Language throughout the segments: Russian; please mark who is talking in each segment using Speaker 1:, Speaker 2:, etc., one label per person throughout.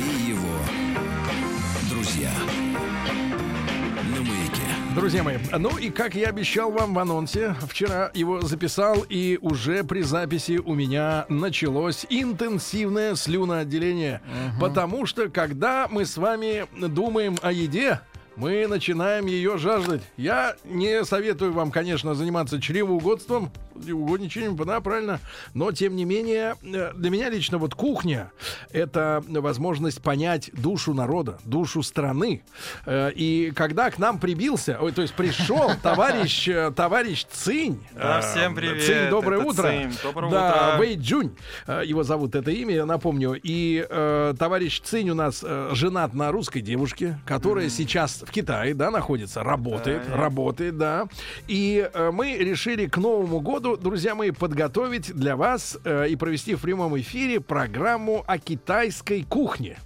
Speaker 1: и его друзья на маяке.
Speaker 2: Друзья мои, ну и как я обещал вам в анонсе, вчера его записал, и уже при записи у меня началось интенсивное слюноотделение. Потому что, когда мы с вами думаем о еде, мы начинаем ее жаждать. Я не советую вам, конечно, заниматься чревоугодством, угодничанием, да, правильно. Но, тем не менее, э, для меня лично вот кухня — это возможность понять душу народа, душу страны. Э, И когда к нам прибился, ой, то есть пришел товарищ, э, товарищ Цинь.
Speaker 3: Да,
Speaker 2: э,
Speaker 3: всем привет,
Speaker 2: Цинь, доброе
Speaker 3: это
Speaker 2: утро.
Speaker 3: Цинь, доброе
Speaker 2: да,
Speaker 3: утро.
Speaker 2: Вэй Джунь, э, его зовут это имя, я напомню. И э, товарищ Цинь у нас э, женат на русской девушке, которая сейчас в Китае, да, находится, работает,
Speaker 3: Китае.
Speaker 2: работает, да. И э, мы решили к Новому году, друзья мои, подготовить для вас э, и провести в прямом эфире программу о китайской кухне.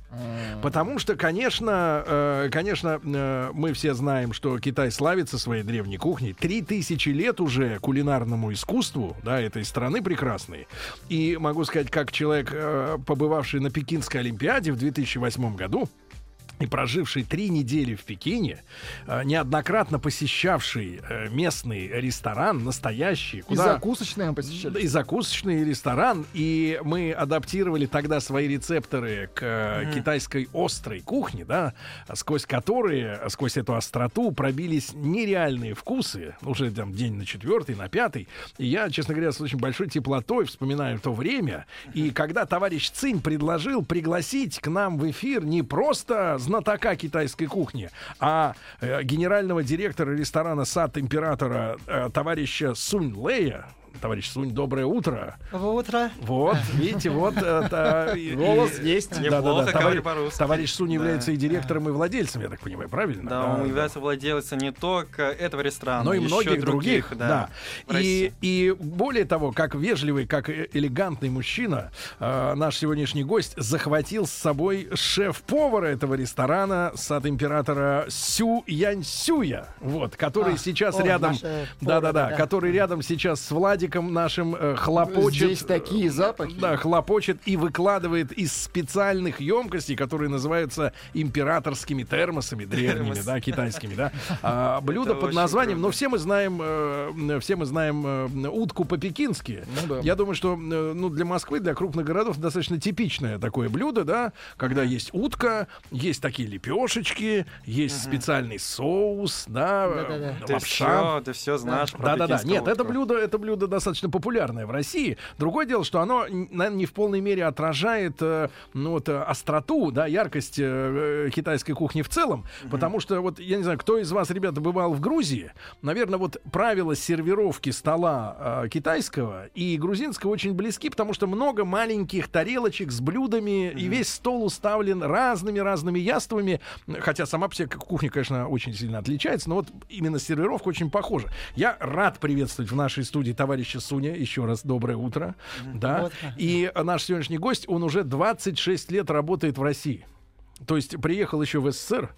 Speaker 2: Потому что, конечно, э, конечно, э, мы все знаем, что Китай славится своей древней кухней. Три тысячи лет уже кулинарному искусству, да, этой страны прекрасной. И могу сказать, как человек, э, побывавший на Пекинской Олимпиаде в 2008 году, и проживший три недели в Пекине, э, неоднократно посещавший э, местный ресторан, настоящий,
Speaker 4: И
Speaker 2: куда
Speaker 4: закусочные мы
Speaker 2: да,
Speaker 4: посещали.
Speaker 2: и закусочный, и ресторан. И мы адаптировали тогда свои рецепторы к э, китайской острой кухне, да, сквозь которые, сквозь эту остроту пробились нереальные вкусы. ну, Уже там день на четвертый, на пятый. И я, честно говоря, с очень большой теплотой вспоминаю то время. И когда товарищ Цинь предложил пригласить к нам в эфир не просто знатока китайской кухни, а э, генерального директора ресторана «Сад императора» э, товарища Сунь Лея, Товарищ Сунь, доброе утро.
Speaker 3: утро.
Speaker 2: Вот, видите, вот. э, та- и-
Speaker 4: Голос
Speaker 2: и-
Speaker 4: есть.
Speaker 2: Да-да-да,
Speaker 3: Неплохо,
Speaker 2: товарищ-
Speaker 3: говорю по-русски.
Speaker 2: Товарищ Сунь
Speaker 3: Да.
Speaker 2: является и директором, и владельцем, я так понимаю, правильно?
Speaker 3: Да, он является владельцем не только этого ресторана,
Speaker 2: но и
Speaker 3: еще
Speaker 2: многих других, да.
Speaker 3: в
Speaker 2: И,
Speaker 3: России.
Speaker 2: и более того, как вежливый, как э- элегантный мужчина, э, наш сегодняшний гость захватил с собой шеф-повара этого ресторана, сад императора Сю Яньсюя, вот, который
Speaker 5: А,
Speaker 2: сейчас
Speaker 5: он
Speaker 2: рядом,
Speaker 5: наш, э, повар,
Speaker 2: да-да-да,
Speaker 5: да.
Speaker 2: который рядом сейчас с Владиком нашим э, хлопочет.
Speaker 4: Здесь такие запахи.
Speaker 2: Да, хлопочет и выкладывает из специальных емкостей, которые называются императорскими термосами древними,
Speaker 3: Термос.
Speaker 2: да, китайскими, да, а, блюдо
Speaker 3: Это
Speaker 2: под
Speaker 3: очень
Speaker 2: названием,
Speaker 3: круто.
Speaker 2: но все мы знаем, э, все мы знаем э, утку по-пекински.
Speaker 4: Ну да.
Speaker 2: Я думаю, что э, ну, для Москвы, для крупных городов достаточно типичное такое блюдо, да, когда есть утка, есть такие лепешечки, есть специальный соус, да, э,
Speaker 5: Да-да-да.
Speaker 3: Ты
Speaker 2: лапша.
Speaker 3: все, ты все знаешь про
Speaker 2: Да-да-да.
Speaker 3: пекинскую
Speaker 2: Нет, это
Speaker 3: утку.
Speaker 2: блюдо, это блюдо достаточно популярное в России. Другое дело, что оно, н- наверное, не в полной мере отражает э, ну, вот, э, остроту, да, яркость э, э, китайской кухни в целом. Потому что, вот, я не знаю, кто из вас, ребята, бывал в Грузии, наверное, вот правила сервировки стола э, китайского и грузинского очень близки, потому что много маленьких тарелочек с блюдами, и весь стол уставлен разными-разными яствами. Хотя сама по себе кухня, конечно, очень сильно отличается, но вот именно сервировка очень похожа. Я рад приветствовать в нашей студии товарища Суня. Еще раз доброе утро. Да.
Speaker 5: Вот.
Speaker 2: И наш сегодняшний гость, он уже 26 лет работает в России. То есть приехал еще в СССР,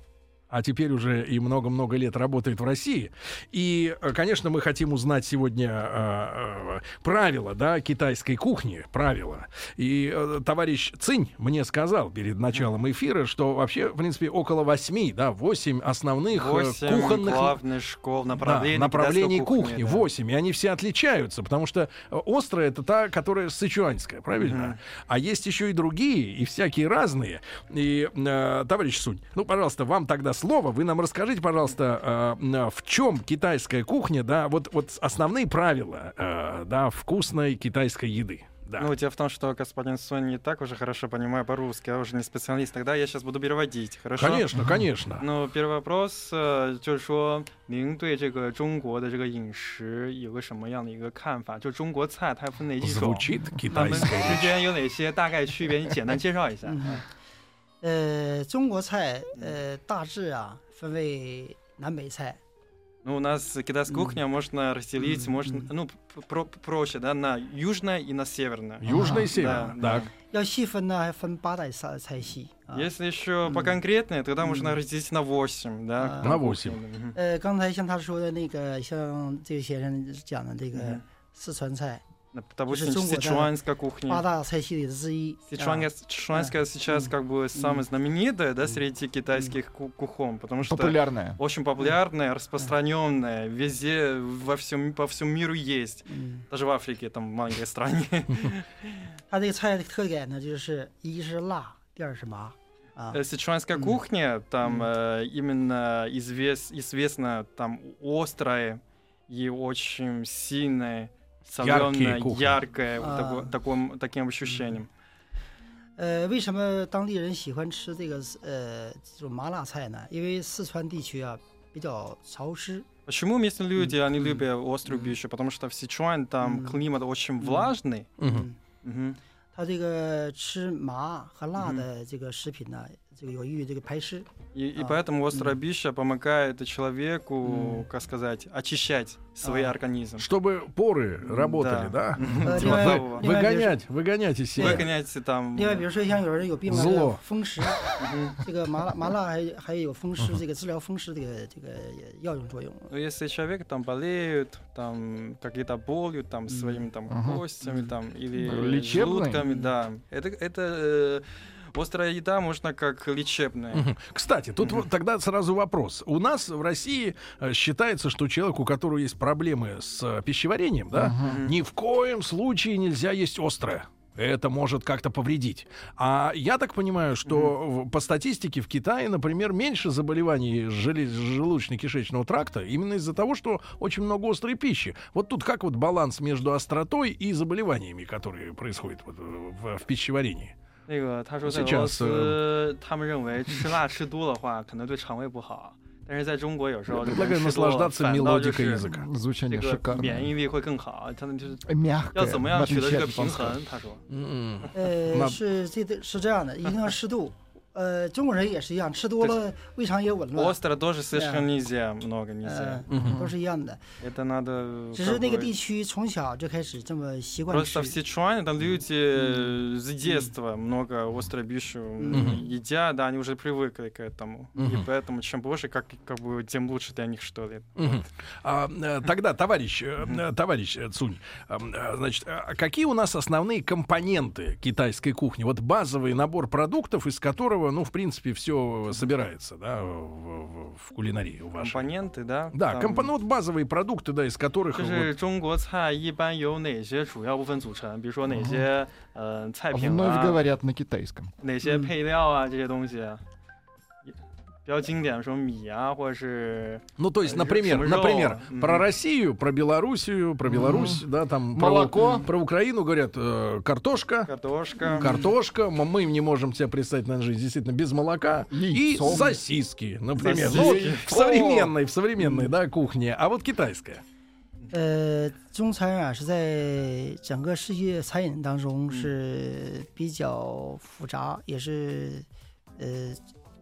Speaker 2: а теперь уже и много-много лет работает в России. И, э, конечно, мы хотим узнать сегодня э, э, правила, да, китайской кухни, правила. И э, товарищ Цинь мне сказал перед началом эфира, что вообще, в принципе, около восьми, да, восемь основных э,
Speaker 3: Восемь
Speaker 2: кухонных
Speaker 3: главных школ
Speaker 2: направлений,
Speaker 3: направлений,
Speaker 2: направлений
Speaker 3: китайской
Speaker 2: кухни.
Speaker 3: да.
Speaker 2: восемь, И они все отличаются, потому что э, острая это та, которая сычуанская, правильно? А есть еще и другие, и всякие разные. И, э, товарищ Сунь, ну, пожалуйста, вам тогда слово. Вы нам расскажите, пожалуйста, э, м, э, в чем китайская кухня, да, вот, вот основные правила, э, да, вкусной китайской еды. Да.
Speaker 3: Ну, дело в том, что господин Сон не так уже хорошо понимаю по-русски, я уже не специалист, тогда я сейчас буду переводить, хорошо?
Speaker 2: конечно, конечно.
Speaker 3: Ну, первый вопрос, э,就是说，您对这个中国的这个饮食有个什么样的一个看法？就中国菜它分哪几种？
Speaker 2: Звучит
Speaker 3: 它们
Speaker 2: китайская
Speaker 3: 之间有哪些大概区别？你简单介绍一下。
Speaker 5: 呃，中国菜呃大致啊分为南北菜，
Speaker 3: Ну, у нас китайская кухня можно разделить,
Speaker 2: Мгм.
Speaker 3: можно, ну, п- про- проще, да, на южное и на северное.
Speaker 2: Южный и
Speaker 4: Ага.
Speaker 2: северный.
Speaker 3: Да,
Speaker 2: так.
Speaker 4: 要细分呢，还分八代才才细啊。
Speaker 3: Если еще
Speaker 4: М.
Speaker 3: поконкретнее, тогда можно
Speaker 4: М.
Speaker 3: разделить на 8, да?
Speaker 4: А.
Speaker 2: На 8.
Speaker 3: 8.
Speaker 4: 呃，刚才像他说的那个，像这位先生讲的这个
Speaker 3: 嗯
Speaker 4: 四川菜，
Speaker 3: Допустим,
Speaker 4: 中国的
Speaker 3: сычуанская
Speaker 4: 八
Speaker 3: кухня.
Speaker 4: 大菜系列之一。啊
Speaker 3: Сычуанская сычуанская сейчас
Speaker 4: М.
Speaker 3: как бы самая знаменитая, да, среди китайских ку- кухон, потому что
Speaker 5: Популярная.
Speaker 3: очень популярная, распространенная, везде, во всем, по всему миру есть.
Speaker 4: 嗯，
Speaker 3: Даже в Африке, там, в маленькой стране.
Speaker 4: 它这个菜的特点呢，就是一是辣，第二是麻啊
Speaker 3: Э,。Сычуанская
Speaker 4: Мгм.
Speaker 3: кухня, там
Speaker 4: Мгм.
Speaker 3: э, именно извес, известно там острая и очень сильная, соленая,
Speaker 2: кухни.
Speaker 3: яркая, вот такое-
Speaker 4: А.
Speaker 3: таком- таким ощущением.
Speaker 4: 呃，为什么当地人喜欢吃这个呃这种麻辣菜呢？因为四川地区啊比较潮湿，
Speaker 3: Почему местные люди, они
Speaker 4: Мгм.
Speaker 3: любят острую
Speaker 4: Мгм.
Speaker 3: пищу? Потому что в Сычуане там
Speaker 4: Мгм.
Speaker 3: климат очень
Speaker 4: Мгм.
Speaker 3: влажный.
Speaker 2: 嗯，
Speaker 3: Мгм.
Speaker 4: 它这个吃麻和辣的这个食品呢，这个有益于这个排湿。
Speaker 3: И, и
Speaker 4: А.
Speaker 3: поэтому острая
Speaker 4: Мгм.
Speaker 3: пища помогает человеку,
Speaker 4: Мгм.
Speaker 3: как сказать, очищать свой
Speaker 4: А.
Speaker 3: организм.
Speaker 2: Чтобы поры работали, да?
Speaker 3: Да.
Speaker 4: 呃另
Speaker 3: типа
Speaker 4: 外
Speaker 3: того.
Speaker 4: 另外比如说
Speaker 2: Выгонять, выгонять
Speaker 4: Э,
Speaker 2: из себя.
Speaker 3: Выгоняйте там...
Speaker 4: 另外，嗯比如嗯说像有人有病了，
Speaker 2: Зло
Speaker 4: 这个风湿，
Speaker 3: Мгм.
Speaker 4: 这个麻辣麻辣还还有风湿这个治疗风湿这个这个药用 作用。
Speaker 3: Ну, если человек там болеет, там какие-то болью, там своими там
Speaker 5: Ага.
Speaker 3: костями, там
Speaker 2: Э,
Speaker 5: Ну,
Speaker 3: или
Speaker 5: лечебный.
Speaker 3: желудками, да. Это это э, острая еда можно как лечебная.
Speaker 2: Мгм. Кстати, тут вот тогда сразу вопрос. У нас в России э, считается, что человек, у которого есть проблемы с э, пищеварением, да,
Speaker 3: Мгм.
Speaker 2: ни в коем случае нельзя есть острое. Это может как-то повредить. А я так понимаю, что в- по статистике в Китае, например, меньше заболеваний жели- желудочно-кишечного тракта именно из-за того, что очень много острой пищи. Вот тут как вот баланс между остротой и заболеваниями, которые происходят вот э, в, в- в пищеварении?
Speaker 3: 那个他说在俄罗
Speaker 2: Сейчас, э,
Speaker 3: 斯，他们认为吃辣吃多的话，可能对肠胃不好。但是在中国有时候
Speaker 2: Предлагаю
Speaker 3: 人吃多了
Speaker 2: наслаждаться
Speaker 3: 反倒就
Speaker 2: мелодикой
Speaker 3: 是
Speaker 2: языка.
Speaker 3: 这
Speaker 5: Звучание
Speaker 3: 个免
Speaker 5: шикарное.
Speaker 3: 疫力会更好。他们就是
Speaker 5: Э, Мягкое.
Speaker 3: 要怎么样
Speaker 5: в
Speaker 3: 取得
Speaker 5: отличие
Speaker 3: 这个
Speaker 5: от
Speaker 3: 平
Speaker 5: японского.
Speaker 3: 衡？他说，
Speaker 2: М. 那
Speaker 4: 呃，是这个是这样的，一定要适度。呃，中国人也是一样，吃多了胃肠也紊乱，
Speaker 3: остро тоже слишком нельзя, много нельзя.
Speaker 4: 嗯，都是一样的。
Speaker 3: Это надо.
Speaker 4: 只
Speaker 3: как
Speaker 4: 是那个
Speaker 3: бы
Speaker 4: 地区从小就开始这么习惯
Speaker 3: Просто
Speaker 4: 吃
Speaker 3: в。Сычуане там люди э, с детства много острой пищу
Speaker 4: Мгм.
Speaker 3: едят, да, они уже привыкли к этому.
Speaker 2: Мгм.
Speaker 3: И поэтому чем больше, как, как бы, тем лучше для них, что ли.
Speaker 2: Мгм. А, э, тогда, товарищ, э, э, товарищ э, Цунь, э, э, значит, а какие у нас основные компоненты китайской кухни? Вот базовый набор продуктов, из которого, ну, в принципе, все собирается, да, в, в- в кулинарии у вашей.
Speaker 3: Компоненты, да?
Speaker 2: Да,
Speaker 3: там-
Speaker 2: компон- ну, вот базовые продукты, да, из которых...
Speaker 3: 就
Speaker 2: вот-
Speaker 3: 是中国菜一般由哪些主要部分组成？比如说哪些呃菜品
Speaker 5: Вновь
Speaker 3: 啊，
Speaker 5: говорят на китайском.
Speaker 3: 哪些
Speaker 4: 嗯
Speaker 3: 配料啊这些东西。也比较经典，什么米啊，或者是
Speaker 2: Ну, то есть,
Speaker 3: э,
Speaker 2: например,
Speaker 3: шмыржо,
Speaker 2: например,
Speaker 3: м.
Speaker 2: про Россию, про Белоруссию, про Беларусь, да, там... про-
Speaker 5: Молоко.
Speaker 2: Про Украину говорят э, картошка.
Speaker 3: картошка,
Speaker 2: Картошка, м- мы не можем себе представить, наверное, жизнь действительно без молока.
Speaker 5: Яйцо.
Speaker 2: И сосиски, например.
Speaker 3: Сосиски.
Speaker 2: Ну, вот в современной, в современной, да, кухне. А вот китайская.
Speaker 4: 呃，中餐啊是在整个世界餐饮当中是比较复杂，也是呃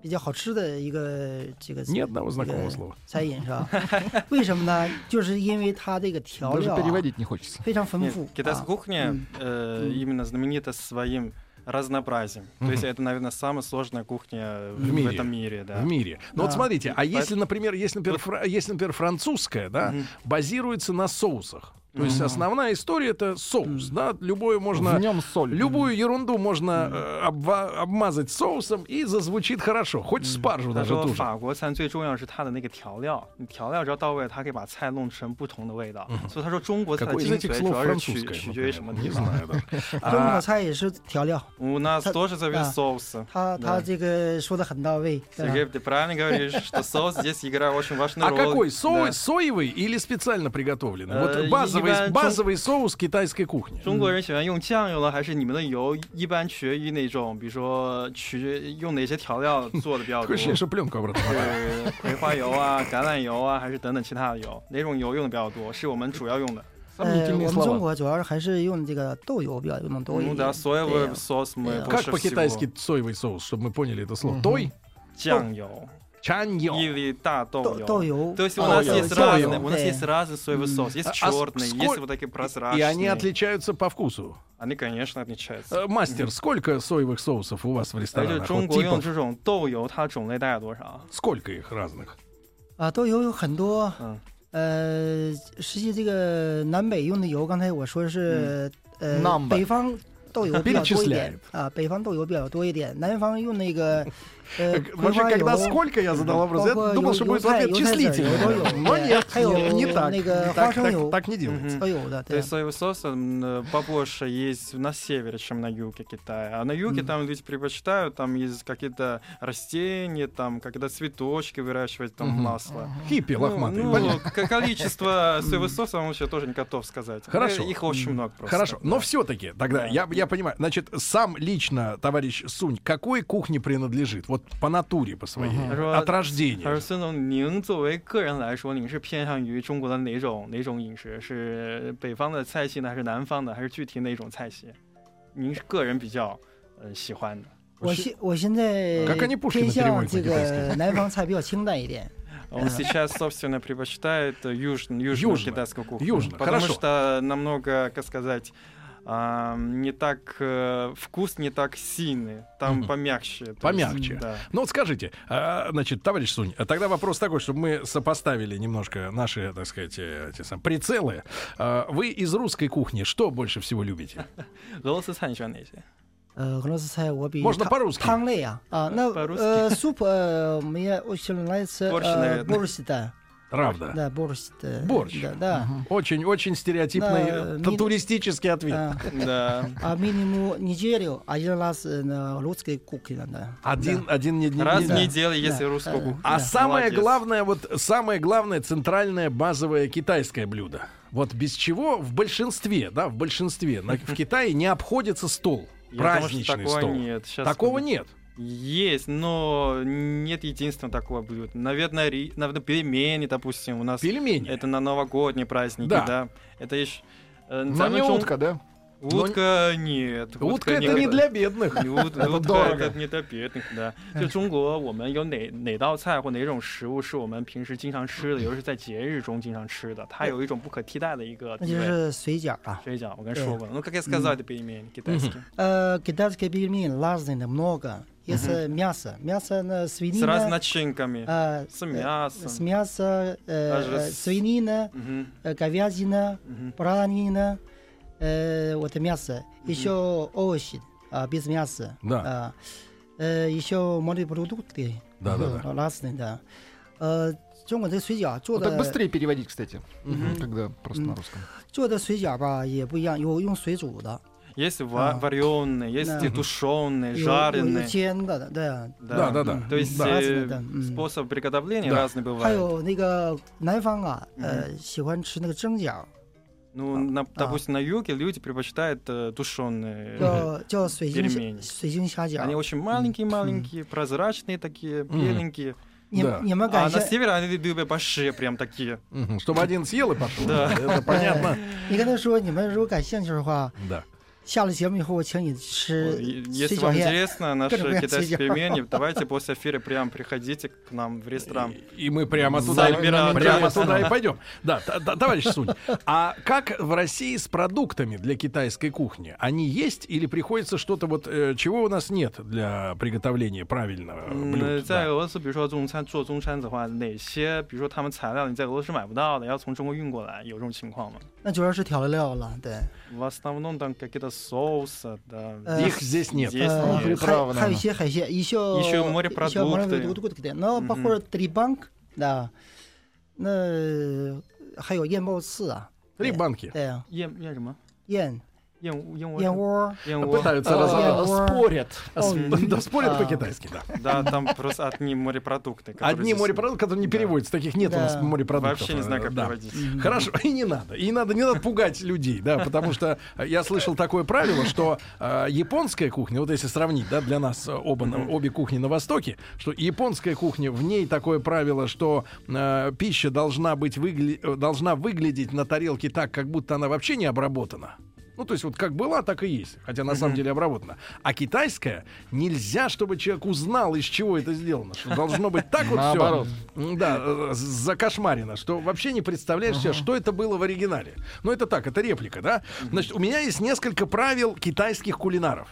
Speaker 4: 比较好吃的一个这个
Speaker 2: Ни одного
Speaker 4: 这个
Speaker 2: знакомого слова.
Speaker 4: 餐饮是吧？ 为什么呢？就是因为它这个
Speaker 3: А
Speaker 4: 调
Speaker 5: Даже
Speaker 4: 料、啊、
Speaker 5: переводить не хочется.
Speaker 4: 非常丰
Speaker 3: Нет,
Speaker 4: 富。
Speaker 3: китайская
Speaker 2: А.
Speaker 4: 啊
Speaker 3: кухня
Speaker 4: М.
Speaker 3: э,
Speaker 4: М.
Speaker 3: именно знаменита своим разнообразием. То есть это, наверное, самая сложная кухня в,
Speaker 2: В мире.
Speaker 3: этом мире, да.
Speaker 2: В мире. Ну вот
Speaker 4: Да.
Speaker 2: смотрите, а если, например, если, например, фра- если, например французская, да,
Speaker 3: Мгм.
Speaker 2: базируется на соусах. То есть основная история это соус, да, любое
Speaker 5: В
Speaker 2: можно...
Speaker 5: нем соль.
Speaker 2: Любую ерунду можно э, обва- обмазать соусом и зазвучит хорошо. Хоть спаржу
Speaker 3: 他
Speaker 2: даже
Speaker 3: 说，
Speaker 2: ту же.
Speaker 3: 法国餐最重要是它的那个调料，你调料只要到位，它可以把菜弄成不同的味道。所以他说，中国菜的
Speaker 2: Какое из
Speaker 3: 精
Speaker 2: этих
Speaker 3: 髓主
Speaker 2: слов
Speaker 3: 要是取
Speaker 2: французское?
Speaker 3: 取决于什么
Speaker 2: например?
Speaker 3: 地
Speaker 2: Не
Speaker 3: 方？
Speaker 2: знаю, да.
Speaker 4: 中
Speaker 2: А,
Speaker 4: 国菜也是调料，
Speaker 3: У нас
Speaker 4: 它-
Speaker 3: тоже зовут
Speaker 4: 啊
Speaker 3: соусы.
Speaker 4: 他他
Speaker 3: 对
Speaker 4: 这个说的很到位。对吧
Speaker 3: Сергей, ты правильно говоришь, что соус здесь играет очень важную
Speaker 2: А
Speaker 3: роль.
Speaker 2: какой?
Speaker 3: Да.
Speaker 2: Соус, соевый или специально приготовленный?
Speaker 3: Э,
Speaker 2: вот базовый,
Speaker 3: я-
Speaker 2: базовый соус китайской кухни.
Speaker 3: 中国人喜欢用酱油呢，还是你们的油一般取决于哪种？比如说取用哪些调料做的比 较
Speaker 2: Такое
Speaker 3: 多？
Speaker 2: ощущение, что пленку обратно.
Speaker 3: 是葵花油啊、橄榄油啊，还是等等其他的油？哪种油用的比较多？是我们主要用的。
Speaker 4: 呃，我
Speaker 5: Сомнительные
Speaker 4: 们中
Speaker 5: слова.
Speaker 4: 国主要是还是用这个豆油比较用的多一
Speaker 3: Ну
Speaker 4: 点。
Speaker 3: да, соевый
Speaker 4: 对
Speaker 3: сос мы
Speaker 4: Да.
Speaker 3: больше
Speaker 2: Как по-китайски
Speaker 3: всего.
Speaker 2: соевый соус, чтобы мы поняли это слово? Той?
Speaker 3: 酱油.
Speaker 2: чаньо.
Speaker 3: или 大豆
Speaker 4: 豆
Speaker 3: 油。
Speaker 4: 豆油，哦
Speaker 3: То есть у
Speaker 2: А,
Speaker 3: нас
Speaker 2: вот
Speaker 3: есть
Speaker 2: это
Speaker 3: разные,
Speaker 2: понял.
Speaker 3: у нас
Speaker 4: Да.
Speaker 3: есть разный соевый сос, есть
Speaker 2: А- а с-
Speaker 3: черный,
Speaker 2: 嗯啊 сколь-
Speaker 3: есть вот такие прозрачные.
Speaker 2: И они отличаются по вкусу.
Speaker 3: Они, конечно, отличаются.
Speaker 2: Э, Мастер, сколько соевых соусов у вас в
Speaker 3: 而且
Speaker 2: ресторанах?
Speaker 3: 中
Speaker 2: Вот
Speaker 3: 国用
Speaker 2: типов,
Speaker 3: 这种豆油，它种类大概有多少？
Speaker 2: сколько их разных?
Speaker 4: 啊，豆油有很多。
Speaker 3: 嗯
Speaker 4: 呃，实际这个南北用的油，刚才我说是、呃
Speaker 5: Number
Speaker 4: 北方豆油比较多
Speaker 2: Перечисляет.
Speaker 4: 一点啊，北方豆油比较多一点，南方用那 个呃葵
Speaker 2: Вообще,
Speaker 4: 花油。
Speaker 2: когда сколько я задал вопрос, я
Speaker 4: 包括
Speaker 2: думал,
Speaker 4: 油
Speaker 2: что
Speaker 4: 油
Speaker 2: будет
Speaker 4: 菜
Speaker 2: ответ
Speaker 4: 油菜籽儿都
Speaker 2: числительный.
Speaker 4: 有，
Speaker 2: Но
Speaker 4: 对
Speaker 2: нет,
Speaker 4: 还有
Speaker 2: не так.
Speaker 4: 那个
Speaker 2: Так-
Speaker 4: 花
Speaker 2: так-
Speaker 4: 生油
Speaker 2: Так не делается.
Speaker 3: 嗯
Speaker 4: 都
Speaker 3: 哼。
Speaker 4: 有的，
Speaker 3: То
Speaker 4: 对啊
Speaker 3: есть соевый сос м, э, побольше есть на севере, чем на юге Китая. А на юге
Speaker 4: Мгм.
Speaker 3: там люди предпочитают, там есть какие-то растения, там когда цветочки выращивать, там
Speaker 2: Мгм.
Speaker 3: масло.
Speaker 2: Хиппи
Speaker 3: Ну,
Speaker 2: лохматые,
Speaker 3: ну,
Speaker 2: понятно.
Speaker 3: к- количество соевого соуса я вам еще тоже не готов сказать.
Speaker 2: Хорошо.
Speaker 3: Э, Их очень много просто.
Speaker 2: Хорошо, но
Speaker 3: Да.
Speaker 2: все-таки, тогда
Speaker 3: Да.
Speaker 2: я, я понимаю, значит, сам лично, товарищ Сунь, какой кухне принадлежит? Вот по натуре, по своей,
Speaker 5: Мгм.
Speaker 3: Хорошо.
Speaker 2: от рождения.
Speaker 3: 而孙总，您作为个人来说，您是偏向于中国的哪种哪种饮食？是北方的菜系呢，还是南方的，还是具体哪种菜系？您是个人比较呃喜欢的？
Speaker 4: 我现我现在
Speaker 2: как они Пушкина
Speaker 4: 偏向
Speaker 2: переводят на
Speaker 4: 这
Speaker 2: китайский
Speaker 4: 个南方菜比较清淡一点，
Speaker 3: Он сейчас, собственно, предпочитает э, юж- южную
Speaker 2: Южную.
Speaker 3: китайскую кухню.
Speaker 2: Южную,
Speaker 3: Потому
Speaker 2: хорошо.
Speaker 3: что намного, как сказать, а, не так э, вкус не так сильный, там
Speaker 2: Мгм.
Speaker 3: помягче. то есть,
Speaker 2: Помягче.
Speaker 3: да.
Speaker 2: Ну вот скажите, а, значит, товарищ Сунь, а тогда вопрос такой, чтобы мы сопоставили немножко наши, так сказать, э, те самые прицелы. А, Вы из русской кухни что больше всего любите?
Speaker 3: 俄罗斯菜你喜欢哪些？
Speaker 4: 呃，俄罗斯菜我比
Speaker 2: Можно
Speaker 4: 汤
Speaker 2: по-русски
Speaker 4: 汤类啊啊，那
Speaker 3: По-русски
Speaker 4: 呃，суп 呃，我们也我喜欢来吃
Speaker 3: Борщ,
Speaker 4: 呃
Speaker 3: наверное.
Speaker 4: 波尔西蛋，
Speaker 2: Правда.
Speaker 4: да，波尔西蛋，
Speaker 2: Борщ.
Speaker 4: 的的
Speaker 2: Очень-очень стереотипный
Speaker 4: Да,
Speaker 2: э,
Speaker 4: мид-
Speaker 2: туристический ответ.
Speaker 4: 嗯
Speaker 3: Да.
Speaker 4: А минимум неделю, а я раз на русской кухне надо.
Speaker 2: Один, один не, не-
Speaker 3: Раз в
Speaker 2: не-
Speaker 3: неделю, если
Speaker 4: Да.
Speaker 3: русскую кухню.
Speaker 2: А
Speaker 4: Да.
Speaker 2: самое
Speaker 3: Молодец.
Speaker 2: главное, вот самое главное центральное базовое китайское блюдо. Вот без чего в большинстве, да, в большинстве на- в Китае не обходится стол.
Speaker 3: Я думаю, что
Speaker 2: Праздничный
Speaker 3: такого
Speaker 2: стол.
Speaker 3: нет. Сейчас
Speaker 2: Такого нет.
Speaker 3: Есть, но нет единственного такого блюда. Наверное, ри... наверное, пельмени, допустим, у нас.
Speaker 2: Пельмени.
Speaker 3: Это на новогодние праздники,
Speaker 2: Да.
Speaker 3: да. Это э, еще...
Speaker 5: Но не утка, да?
Speaker 3: Утка нет.
Speaker 2: Утка это
Speaker 3: нет.
Speaker 2: не для бедных.
Speaker 3: Ут- Утка
Speaker 5: дорого.
Speaker 3: это не для бедных, да. 就中国，我们有哪哪道菜或哪种食物是我们平时经常吃的，尤其是在节日中经常吃的，它有一种不可替代的一个
Speaker 4: 那
Speaker 3: 地
Speaker 4: 就
Speaker 3: 位。
Speaker 4: 是水饺啊。
Speaker 3: 谁讲？我跟你说过了，ну как я сказал, это пельмени китайские.
Speaker 4: 呃，китайские э, пельмени разные много, есть э, мясо, мясо на
Speaker 3: С разными
Speaker 4: свинина,
Speaker 3: начинками,
Speaker 4: 呃，
Speaker 3: с
Speaker 4: с
Speaker 3: мясом.
Speaker 4: мясо,
Speaker 3: Даже
Speaker 4: э,
Speaker 3: с-
Speaker 4: свинина,
Speaker 3: 嗯
Speaker 4: э, говядина,
Speaker 3: 哼，嗯
Speaker 4: баранина, э, вот мясо, еще овощи, а без мяса.
Speaker 2: Да,
Speaker 4: А, э, еще морепродукты.
Speaker 2: да, да. Ну, да.
Speaker 4: р а с н да. Э, 中国这水饺做
Speaker 5: Вот
Speaker 4: 的、
Speaker 5: так быстрее переводить, кстати,
Speaker 3: Мгм.
Speaker 5: когда просто на
Speaker 4: Мгм.
Speaker 5: русском.
Speaker 4: 做的水饺吧也不一样，有用水煮的，
Speaker 3: 哼，есть ва-
Speaker 4: А.
Speaker 3: вареные, есть и
Speaker 4: Да.
Speaker 3: тушеные,
Speaker 4: 有有
Speaker 3: жареные.
Speaker 4: 煎的，对啊，
Speaker 2: Да, да, да.
Speaker 3: То есть
Speaker 2: Да.
Speaker 3: э,
Speaker 4: Разные, да, м.
Speaker 3: способ приготовления
Speaker 2: Да.
Speaker 3: разный
Speaker 4: 还
Speaker 3: бывает.
Speaker 4: 有那个南方啊，呃，喜欢吃那个蒸饺，
Speaker 3: Ну, на- допустим, на юге люди предпочитают э, тушеные.
Speaker 4: 叫叫水晶
Speaker 3: 面
Speaker 4: 虾水晶虾
Speaker 3: Они
Speaker 4: 饺。
Speaker 3: очень маленькие-маленькие, прозрачные такие, беленькие.
Speaker 4: 你
Speaker 2: 对
Speaker 4: 你们
Speaker 3: А
Speaker 4: 感
Speaker 3: на
Speaker 4: 谢？
Speaker 3: севере они любят большие прям такие.
Speaker 2: Мгм. Чтобы один съел и пошел.
Speaker 3: Да.
Speaker 2: Это понятно.
Speaker 4: 你跟他说，你们如果感兴趣的话，
Speaker 2: Да.
Speaker 4: 下了节目以后我请你
Speaker 3: Вот,
Speaker 4: 吃
Speaker 3: и-
Speaker 4: 水
Speaker 3: Если
Speaker 4: 饺
Speaker 3: вам
Speaker 4: 宴。
Speaker 3: интересно, наши
Speaker 4: Первый раз
Speaker 3: китайские
Speaker 4: видел.
Speaker 3: пельмени, давайте после эфира прям приходите к нам в ресторан.
Speaker 2: И мы прямо
Speaker 3: За
Speaker 2: туда,
Speaker 3: номера
Speaker 2: прямо
Speaker 3: отправимся.
Speaker 2: туда и пойдем. Да, т- т- товарищ Сунь, а как в России с продуктами для китайской кухни? Они есть или приходится что-то вот, э, чего у нас нет для приготовления правильного
Speaker 3: 嗯
Speaker 2: блюда?
Speaker 3: 在
Speaker 2: Да.
Speaker 3: 俄罗斯，比如说中餐做中餐的话，哪些比如说他们材料你在俄罗斯买不到的，要从中国运过来，有这种情况吗？
Speaker 4: 那主要是调料了，对。
Speaker 3: В основном там какие-то соусы, да.
Speaker 4: Э,
Speaker 2: Их здесь нет.
Speaker 3: Здесь
Speaker 4: Э,
Speaker 3: нет.
Speaker 4: хай-
Speaker 5: Приправа,
Speaker 4: хай-
Speaker 5: наверное.
Speaker 4: еще хай- еще-
Speaker 3: Еще
Speaker 4: еще
Speaker 3: морепродукты.
Speaker 4: еще морепродукты, но
Speaker 3: Мгм.
Speaker 4: похоже трибанк, да, ну, 还有燕鲍翅啊，
Speaker 2: Три банки.
Speaker 4: 对啊，
Speaker 3: 燕燕什么？
Speaker 4: 燕
Speaker 3: 燕窝燕窝
Speaker 4: 燕窝，
Speaker 3: 燕窝
Speaker 2: Пытаются
Speaker 4: Э,
Speaker 2: раз-
Speaker 4: я- Разговор.
Speaker 5: Спорят.
Speaker 4: Ой,
Speaker 2: Да, спорят
Speaker 4: а,
Speaker 2: по-китайски, да.
Speaker 3: Да, там просто одни морепродукты. которые
Speaker 2: Одни
Speaker 3: здесь-
Speaker 2: морепродукты, которые не
Speaker 3: Да.
Speaker 2: переводятся. Таких нет у нас
Speaker 4: Да.
Speaker 2: морепродуктов. э,
Speaker 3: Вообще не знаю, как
Speaker 2: Да.
Speaker 3: переводить.
Speaker 4: м,
Speaker 2: Хорошо, и не надо, и не надо, не надо пугать людей, да, потому что э, я слышал такое правило, что э, японская кухня, вот если сравнить, да, для нас э, оба, на- обе кухни на Востоке, что японская кухня, в ней такое правило, что э, пища должна быть выгля- э, должна выглядеть на тарелке так, как будто она вообще не обработана. Ну, то есть вот как была, так и есть, хотя на самом
Speaker 3: Мгм.
Speaker 2: деле обработана. А китайская нельзя, чтобы человек узнал, из чего это сделано. Что должно быть так вот все
Speaker 5: Наоборот.
Speaker 2: да, э, закошмарено, что вообще не представляешь себе, что это было в оригинале. Но это так, это реплика, да? Значит, у меня есть несколько правил китайских кулинаров.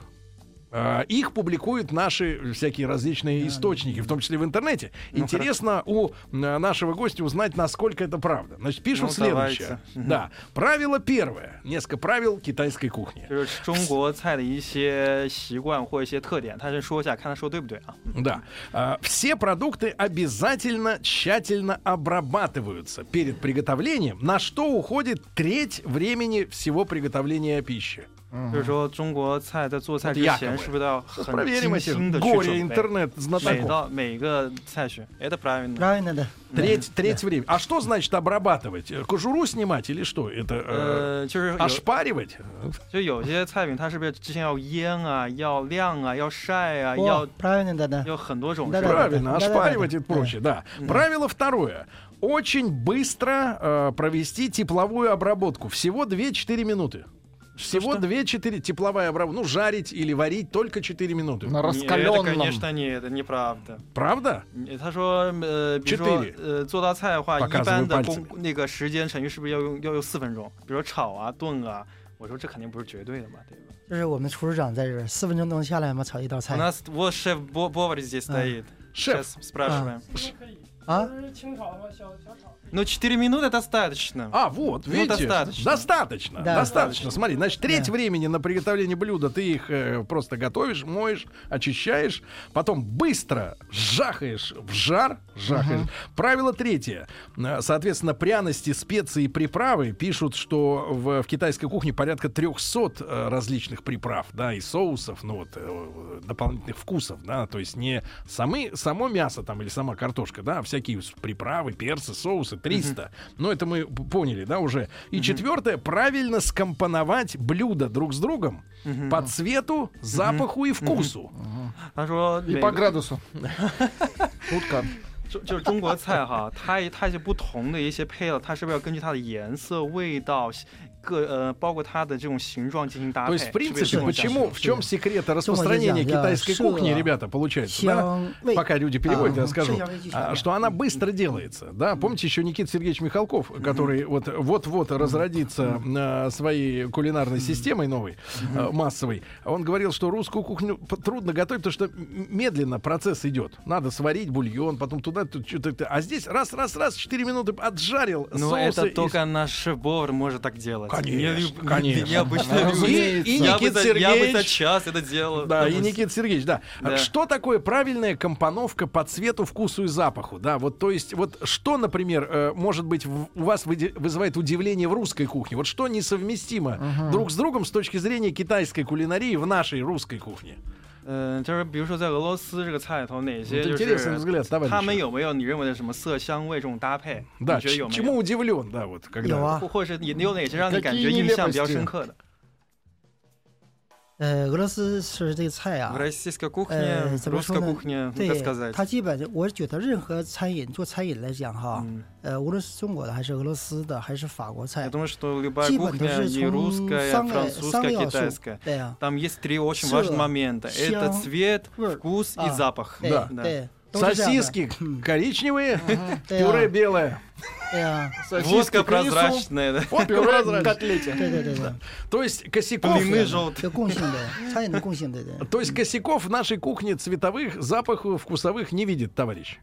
Speaker 2: Э, Их публикуют наши всякие различные источники, в том числе в интернете.
Speaker 3: Ну,
Speaker 2: Интересно у э, нашего гостя узнать, насколько это правда. Значит, пишут
Speaker 3: Ну,
Speaker 2: следующее.
Speaker 3: давайте. Мгм.
Speaker 2: Да, правило первое. Nесколько правил китайской кухни.
Speaker 3: 就是中国菜的一些习惯或一些特点，他是说一下，看他说对不对啊？
Speaker 2: Да. А, Все продукты обязательно тщательно обрабатываются перед приготовлением, на что уходит треть времени всего приготовления пищи.
Speaker 3: 就是说中国菜在做菜之
Speaker 2: 亚
Speaker 3: 前
Speaker 2: 克
Speaker 3: 是嗯不是要
Speaker 2: Вот
Speaker 3: 很
Speaker 2: Проверим
Speaker 3: 精
Speaker 2: эти
Speaker 3: 心的去
Speaker 2: горе
Speaker 3: 准备？
Speaker 2: интернет
Speaker 3: 每
Speaker 2: знатоков.
Speaker 3: 道每个菜选，это 哎 правильно。
Speaker 4: правильно 的，
Speaker 2: Треть, треть времени. А что значит обрабатывать? Э, Кожуру снимать или что? Это э,
Speaker 3: 呃，就是有
Speaker 2: ошпаривать?
Speaker 3: 就有些菜品，它是不是之前要腌啊、要晾啊、要晒啊、
Speaker 4: 哇
Speaker 3: 要
Speaker 4: правильно 的呢，
Speaker 3: 有很多种
Speaker 4: 那
Speaker 3: 是
Speaker 4: 那
Speaker 3: 吧？
Speaker 2: Правильно,
Speaker 4: Да-да-да-да.
Speaker 2: ошпаривать и прочее, да.
Speaker 3: Мгм.
Speaker 2: Правило второе. Очень быстро э, провести тепловую обработку. Всего 2-4 минуты. Всего
Speaker 3: что?
Speaker 2: 2-4 тепловая обработка. Ну, жарить или варить только 4 минуты.
Speaker 5: На
Speaker 3: Не, это,
Speaker 5: раскаленном.
Speaker 3: конечно, нет, это неправда.
Speaker 2: Правда?
Speaker 3: Не,他嗯说，呃，比如说
Speaker 2: Четыре，
Speaker 3: 呃，做道菜的话，一
Speaker 2: показываю
Speaker 3: 般的
Speaker 2: пальцами
Speaker 3: 工那个时间程序是不是要用要用四分钟？比如说炒啊、炖啊。我说这肯定不是绝对的嘛，对吧？
Speaker 4: 就是我们厨师长在这儿，四分钟能下来吗？炒一道
Speaker 3: У
Speaker 4: 菜
Speaker 3: нас вот шеф бо- повар здесь стоит.
Speaker 2: Шеф,
Speaker 3: Сейчас спрашиваем.
Speaker 4: 啊？
Speaker 3: Ну, 4 минуты достаточно.
Speaker 2: А, вот,
Speaker 3: Ну,
Speaker 2: видите?
Speaker 3: достаточно.
Speaker 2: Достаточно.
Speaker 4: Да.
Speaker 2: достаточно. Смотри, значит, треть
Speaker 4: Да.
Speaker 2: времени на приготовление блюда ты их э, просто готовишь, моешь, очищаешь, потом быстро жахаешь в жар. Жахаешь. Правило третье. Э, Соответственно, пряности, специи и приправы пишут, что в, в китайской кухне порядка 300 э, различных приправ, да, и соусов, ну вот, э, дополнительных вкусов, да, то есть не самы, само мясо там или сама картошка, да, а всякие с- приправы, перцы, соусы, 300. Ну, это мы п- поняли, да, уже. И четвертое, правильно скомпоновать блюда друг с другом
Speaker 3: Мгм.
Speaker 2: по цвету, запаху и вкусу.
Speaker 3: 他说
Speaker 5: И
Speaker 3: 每
Speaker 5: по
Speaker 3: 个
Speaker 5: градусу. Шутка.
Speaker 3: 就就是中国菜哈，它它一些不同的一些配料，它是不是要根据它的颜色、味道，各呃包括它的这种形状进行搭
Speaker 2: То
Speaker 3: 配？
Speaker 2: есть, в
Speaker 3: 是
Speaker 2: принципе,
Speaker 3: 不是有这种讲究
Speaker 2: почему, в чем секрет распространения
Speaker 4: Почему нельзя?
Speaker 2: китайской
Speaker 4: Да,
Speaker 2: кухни,
Speaker 4: шило,
Speaker 2: ребята, получается, да?
Speaker 4: 香味，
Speaker 2: Пока люди переводят, я
Speaker 4: А,
Speaker 2: скажу,
Speaker 4: шило, видите,
Speaker 2: а,
Speaker 4: шило.
Speaker 2: что она быстро делается, да? Помните еще Никита Сергеевич Михалков, который вот вот-вот разродится э, своей кулинарной системой новой э, массовой. Он говорил, что русскую кухню п- трудно готовить, потому что м- медленно процесс идет. Надо сварить бульон, потом туда, тут что-то. А здесь раз, раз, раз, 4 минуты отжарил
Speaker 3: Ну, это
Speaker 2: соусы и
Speaker 3: только наш шеф-повар может так делать.
Speaker 2: Конечно,
Speaker 3: Я люб-
Speaker 2: конечно.
Speaker 3: Я обычно
Speaker 5: Ну,
Speaker 3: люблю.
Speaker 2: И, и
Speaker 3: Я бы
Speaker 2: Никита
Speaker 3: за- я бы за
Speaker 2: Сергеевич.
Speaker 3: час это делал.
Speaker 2: Да, и
Speaker 3: допустим.
Speaker 2: Никита Сергеевич, да.
Speaker 3: Да.
Speaker 2: Что такое правильная компоновка по цвету, вкусу и запаху? Да, вот то есть, вот что, например, э, может быть, в- у вас выди- вызывает удивление в русской кухне? Вот что несовместимо друг с другом с точки зрения китайской кулинарии в нашей русской кухне?
Speaker 3: 嗯，就是比如说在俄罗斯这个菜里头，哪些
Speaker 2: Вот
Speaker 3: Э, 就
Speaker 2: интересный
Speaker 3: 是
Speaker 2: взгляд, товарищи.
Speaker 3: 他们有没有你认为的什么色香味这种搭配？
Speaker 2: Да,
Speaker 3: 你觉得有
Speaker 2: ч-
Speaker 3: 没
Speaker 2: чему
Speaker 3: 有？
Speaker 2: удивлен, да, вот когда.
Speaker 4: 有啊
Speaker 3: 或，或者是你有哪些让你感觉
Speaker 5: какие
Speaker 3: 印象比较
Speaker 5: нелепости
Speaker 3: 深刻的？
Speaker 4: 呃，俄罗斯吃这个菜啊
Speaker 2: А.
Speaker 3: В，российской кухне,
Speaker 4: Э,
Speaker 3: в русской
Speaker 4: совершенно-
Speaker 3: кухне, так
Speaker 4: 对，
Speaker 3: сказать.
Speaker 4: 它基本，我觉得任何餐饮做餐饮来讲哈，
Speaker 3: 嗯哎
Speaker 4: 呃，无论是中国的还是俄罗斯的还是法国
Speaker 3: Я
Speaker 4: 菜，
Speaker 3: думаю, что любая
Speaker 4: 基本都
Speaker 3: кухня,
Speaker 4: 是
Speaker 3: и
Speaker 4: 从
Speaker 3: русская,
Speaker 4: 三
Speaker 3: и
Speaker 4: 个三个
Speaker 3: французская,
Speaker 4: 要素
Speaker 3: китайская,，
Speaker 4: 对啊呀，
Speaker 3: там есть три очень
Speaker 4: Всё.
Speaker 3: важных момента. Это
Speaker 4: Всё. э,
Speaker 3: цвет,
Speaker 4: 味儿
Speaker 3: вкус и
Speaker 4: 啊
Speaker 3: запах.
Speaker 4: 对
Speaker 2: Да.
Speaker 4: 对，都是这样的
Speaker 2: Сосиски коричневые,
Speaker 4: 对呀
Speaker 2: пюре белое.
Speaker 4: 对啊呀，
Speaker 5: Сосиска
Speaker 3: Водка
Speaker 5: к рису,
Speaker 3: прозрачная, да.
Speaker 2: Вот
Speaker 5: пюре
Speaker 2: прозрачно.
Speaker 5: к котлете.
Speaker 4: 对 对对对，
Speaker 2: То есть косяков,
Speaker 3: Блины желтые.
Speaker 4: 有共性的餐饮的共性的 对。
Speaker 2: то есть косяков в нашей кухне цветовых, запахов, вкусовых не видит, товарищ.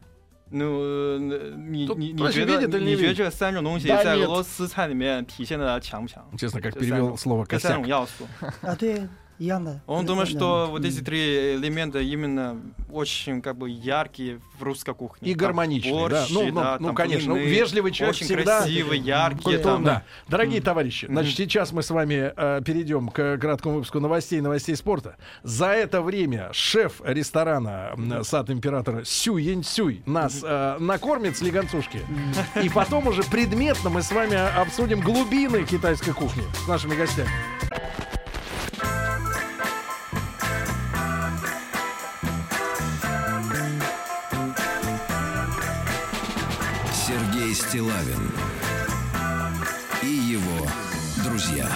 Speaker 3: Ну, э, не-
Speaker 2: Тут
Speaker 3: не- не
Speaker 2: вообще
Speaker 3: 觉得-
Speaker 2: видит или не
Speaker 3: не觉得
Speaker 2: видит?
Speaker 3: 这三种东西
Speaker 5: Да
Speaker 3: 在俄
Speaker 5: нет
Speaker 3: 罗斯菜里面体现的强不强？
Speaker 2: Честно, как
Speaker 3: Всё
Speaker 2: перевел
Speaker 3: сами.
Speaker 2: слово
Speaker 3: 这三
Speaker 2: косяк.
Speaker 3: 种要素。
Speaker 4: 啊，对，一样的。
Speaker 3: Он
Speaker 4: 嗯
Speaker 3: думает,
Speaker 4: 嗯
Speaker 3: что
Speaker 4: 嗯
Speaker 3: вот эти три элемента именно очень как бы яркие в русской кухне.
Speaker 2: И
Speaker 3: Там
Speaker 2: гармоничные, да.
Speaker 3: борщи,
Speaker 2: Ну, ну,
Speaker 3: да,
Speaker 2: ну,
Speaker 3: там
Speaker 2: конечно,
Speaker 3: блины,
Speaker 2: вежливый человек
Speaker 3: Очень
Speaker 2: всегда-
Speaker 3: красивый, яркий.
Speaker 2: Какой-то
Speaker 3: там.
Speaker 2: он, да. Дорогие товарищи, значит, сейчас мы с вами э, перейдем к краткому выпуску новостей, новостей спорта. За это время шеф ресторана м, э, сад императора Сю Яньсюй нас э, накормит с легонцушки. И потом уже предметно мы с вами э, обсудим глубины китайской кухни с нашими гостями.
Speaker 1: Сергей Стилавин и его друзья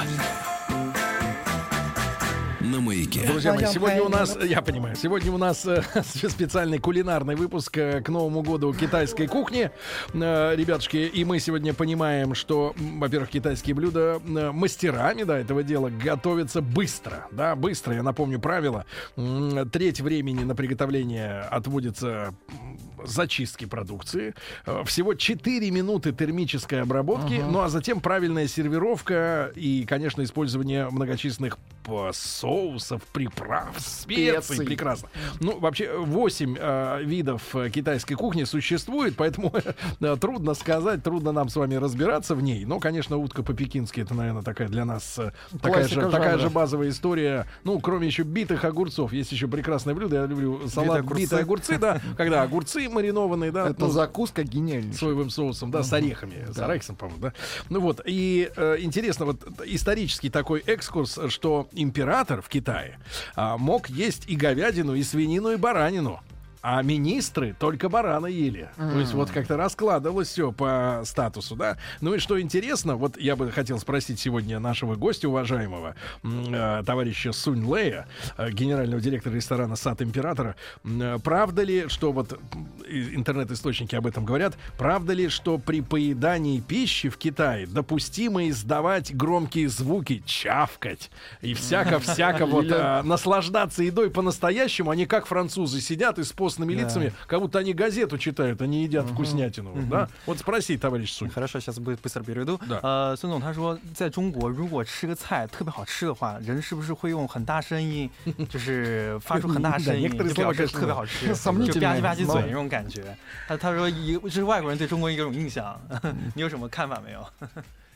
Speaker 1: на маяке.
Speaker 2: Друзья мои,
Speaker 4: Пойдем,
Speaker 2: сегодня у
Speaker 4: пойдем.
Speaker 2: нас, э, я понимаю, сегодня у нас э, специальный кулинарный выпуск э, к Новому году китайской кухни. Э, Ребятушки, и мы сегодня понимаем, что, м, во-первых, китайские блюда э, мастерами, да, этого дела готовятся быстро, да, быстро. Я напомню правило. М, Треть времени на приготовление отводится м, зачистке продукции. Э, Всего 4 минуты термической обработки, ну а затем правильная сервировка и, конечно, использование многочисленных п- соусов, приправ, специй.
Speaker 5: Специй.
Speaker 2: Прекрасно. Ну, вообще, 8 видов э, китайской кухни существует, поэтому э, трудно сказать, трудно нам с вами разбираться в ней. Но, конечно, утка по-пекински это, наверное, такая для нас э, такая
Speaker 5: Классика
Speaker 2: же, такая
Speaker 5: жанра.
Speaker 2: же базовая история. Ну, кроме еще битых огурцов. Есть еще прекрасное блюдо. Я люблю салат
Speaker 3: огурцы.
Speaker 2: битые огурцы, да. Когда огурцы маринованные, да.
Speaker 5: Это
Speaker 2: ну,
Speaker 5: закуска гениальная.
Speaker 2: соевым соусом, да, с орехами, с
Speaker 5: Да.
Speaker 2: арахисом, по-моему, да. Ну вот, и э, интересно, вот исторический такой экскурс, что император в Китае а, мог есть и говядину, и свинину, и баранину. А министры только барана ели. То есть вот как-то раскладывалось все по статусу, да. Ну и что интересно, вот я бы хотел спросить сегодня нашего гостя уважаемого, м, э, товарища Сунь Лея, э, генерального директора ресторана «Сад Императора», м, э, правда ли, что вот м, и- интернет-источники об этом говорят, правда ли, что при поедании пищи в Китае допустимо издавать громкие звуки, чавкать и всяко-всяко вот э, наслаждаться едой по-настоящему, а не как французы сидят и с постными
Speaker 6: Да.
Speaker 2: лицами, как будто они газету читают, они едят вкуснятину, вот, да? Вот спроси, товарищ Сунь.
Speaker 3: Хорошо, сейчас будет быстро переведу.
Speaker 2: Да.
Speaker 3: 呃，孙总他说，在中国如果吃个菜特别好吃的话，人是不是会用很大声音，就是发出很大声
Speaker 2: 对
Speaker 3: 音，
Speaker 2: некоторые
Speaker 3: 就表
Speaker 2: слова,
Speaker 3: 示
Speaker 2: конечно,
Speaker 3: 特别好吃，
Speaker 5: сомнительные
Speaker 3: 就吧唧吧唧嘴
Speaker 4: 啊
Speaker 5: но-
Speaker 3: 那种感觉。他他说一这是外国人对中国一种印象， 你有什么看法没有？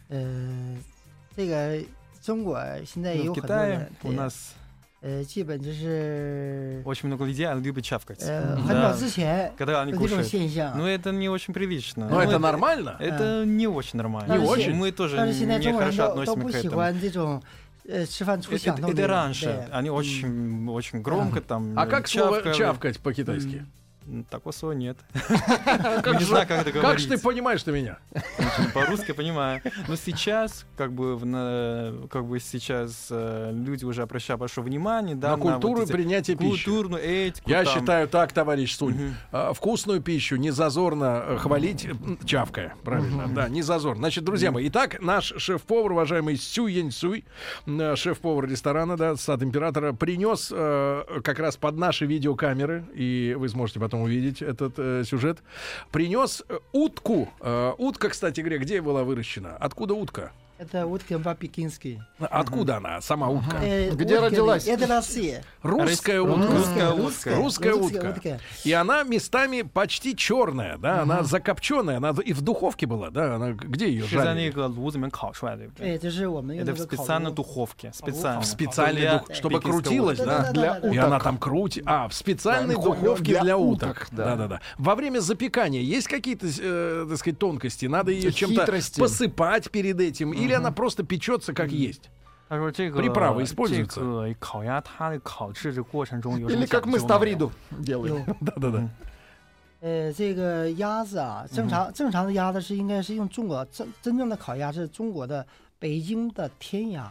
Speaker 4: 呃，这个中国现在也哎有很多人，
Speaker 3: 嗯 у
Speaker 4: 对
Speaker 3: нас
Speaker 4: 呃，基本就是
Speaker 3: очень много людей любит чавкать.
Speaker 4: 呃
Speaker 3: 嗯
Speaker 4: 很早之前
Speaker 3: Когда они
Speaker 4: 有这种
Speaker 3: кушают,
Speaker 4: 现象
Speaker 3: но，это не очень прилично.
Speaker 2: Но Ну, это
Speaker 3: Ну, Мы-
Speaker 2: нормально?
Speaker 3: Это не очень нормально.
Speaker 4: Э. Не
Speaker 2: очень.
Speaker 3: Мы тоже
Speaker 4: 但是现在中国人
Speaker 3: нехорошо
Speaker 4: 都都
Speaker 3: относимся
Speaker 4: 不
Speaker 3: к
Speaker 4: 喜
Speaker 3: этому.
Speaker 4: 欢这种呃吃饭出
Speaker 3: Это,
Speaker 4: 响
Speaker 3: это
Speaker 4: 动的
Speaker 3: раньше
Speaker 4: 人。
Speaker 3: они очень, очень громко там. э,
Speaker 2: А как слово
Speaker 3: чавкали.
Speaker 2: «чавкать» по-китайски?
Speaker 3: М, Такого слова нет. Я не знаю, как это
Speaker 2: Как же ты
Speaker 3: говорить.
Speaker 2: понимаешь ты меня?
Speaker 3: По-русски понимаю. Но сейчас, как бы, в на- как бы сейчас э, люди уже обращают большое внимание, да,
Speaker 2: На
Speaker 3: вот
Speaker 2: культуру
Speaker 3: эти
Speaker 2: принятия пищи.
Speaker 3: культурную этику.
Speaker 2: Я
Speaker 3: Ну, там.
Speaker 2: считаю так, товарищ Сунь.
Speaker 3: Мгм.
Speaker 2: А, Вкусную пищу не зазорно э, хвалить, м, чавкая, правильно, да, не зазорно. Значит, друзья мои, итак, наш шеф-повар, уважаемый Сю Яньсуй, м, э, шеф-повар ресторана, да, сад императора, принес э, как раз под наши видеокамеры, и вы сможете потом увидеть этот э, сюжет, принес э, утку. Э, утка, кстати говоря, где была выращена? Откуда утка?
Speaker 4: Это Уткин Бабикинский.
Speaker 2: Откуда она, сама
Speaker 3: Э,
Speaker 2: утка?
Speaker 5: Где родилась?
Speaker 4: Это Россия.
Speaker 2: Русская утка.
Speaker 3: Русская утка.
Speaker 2: Русская
Speaker 4: Русская
Speaker 2: утка.
Speaker 4: утка.
Speaker 2: И она местами почти черная, да, она закопченная, она и в духовке была, да, она где ее
Speaker 3: 是在那
Speaker 2: жарили?
Speaker 3: 个炉子里面烤出来的，对不对？
Speaker 4: 哎，就是我们用
Speaker 3: Это
Speaker 4: 那
Speaker 3: в
Speaker 4: 个烤
Speaker 3: специальной
Speaker 4: 炉
Speaker 3: духовке, специально.
Speaker 2: В специальной дух,
Speaker 3: Для
Speaker 2: чтобы
Speaker 3: пекинского
Speaker 2: крутилась,
Speaker 4: утка.
Speaker 2: да,
Speaker 4: Да-да-да-да-да.
Speaker 2: для
Speaker 4: Для
Speaker 2: И она
Speaker 5: уток.
Speaker 2: там крути, а в специальной
Speaker 5: Да, ну,
Speaker 2: духовке
Speaker 5: для
Speaker 2: для уток,
Speaker 5: уток,
Speaker 2: да.
Speaker 5: да.
Speaker 2: да, да, Во время запекания есть какие-то, э, так сказать, тонкости, надо ее чем-то
Speaker 5: Хитрости.
Speaker 2: посыпать перед этим, или она просто печется как есть.
Speaker 3: 他说这个
Speaker 2: Приправы используются
Speaker 3: 这个烤鸭它的烤制的过程中有什么
Speaker 5: Или
Speaker 3: 讲
Speaker 5: как
Speaker 3: 究
Speaker 5: мы
Speaker 3: 没有
Speaker 5: ставриду делаем.
Speaker 4: 有
Speaker 2: Да, да, да.
Speaker 4: 呃，这个鸭子啊，正常正常的鸭子是应该是用中国真真正的烤鸭是中国的北京的天鸭，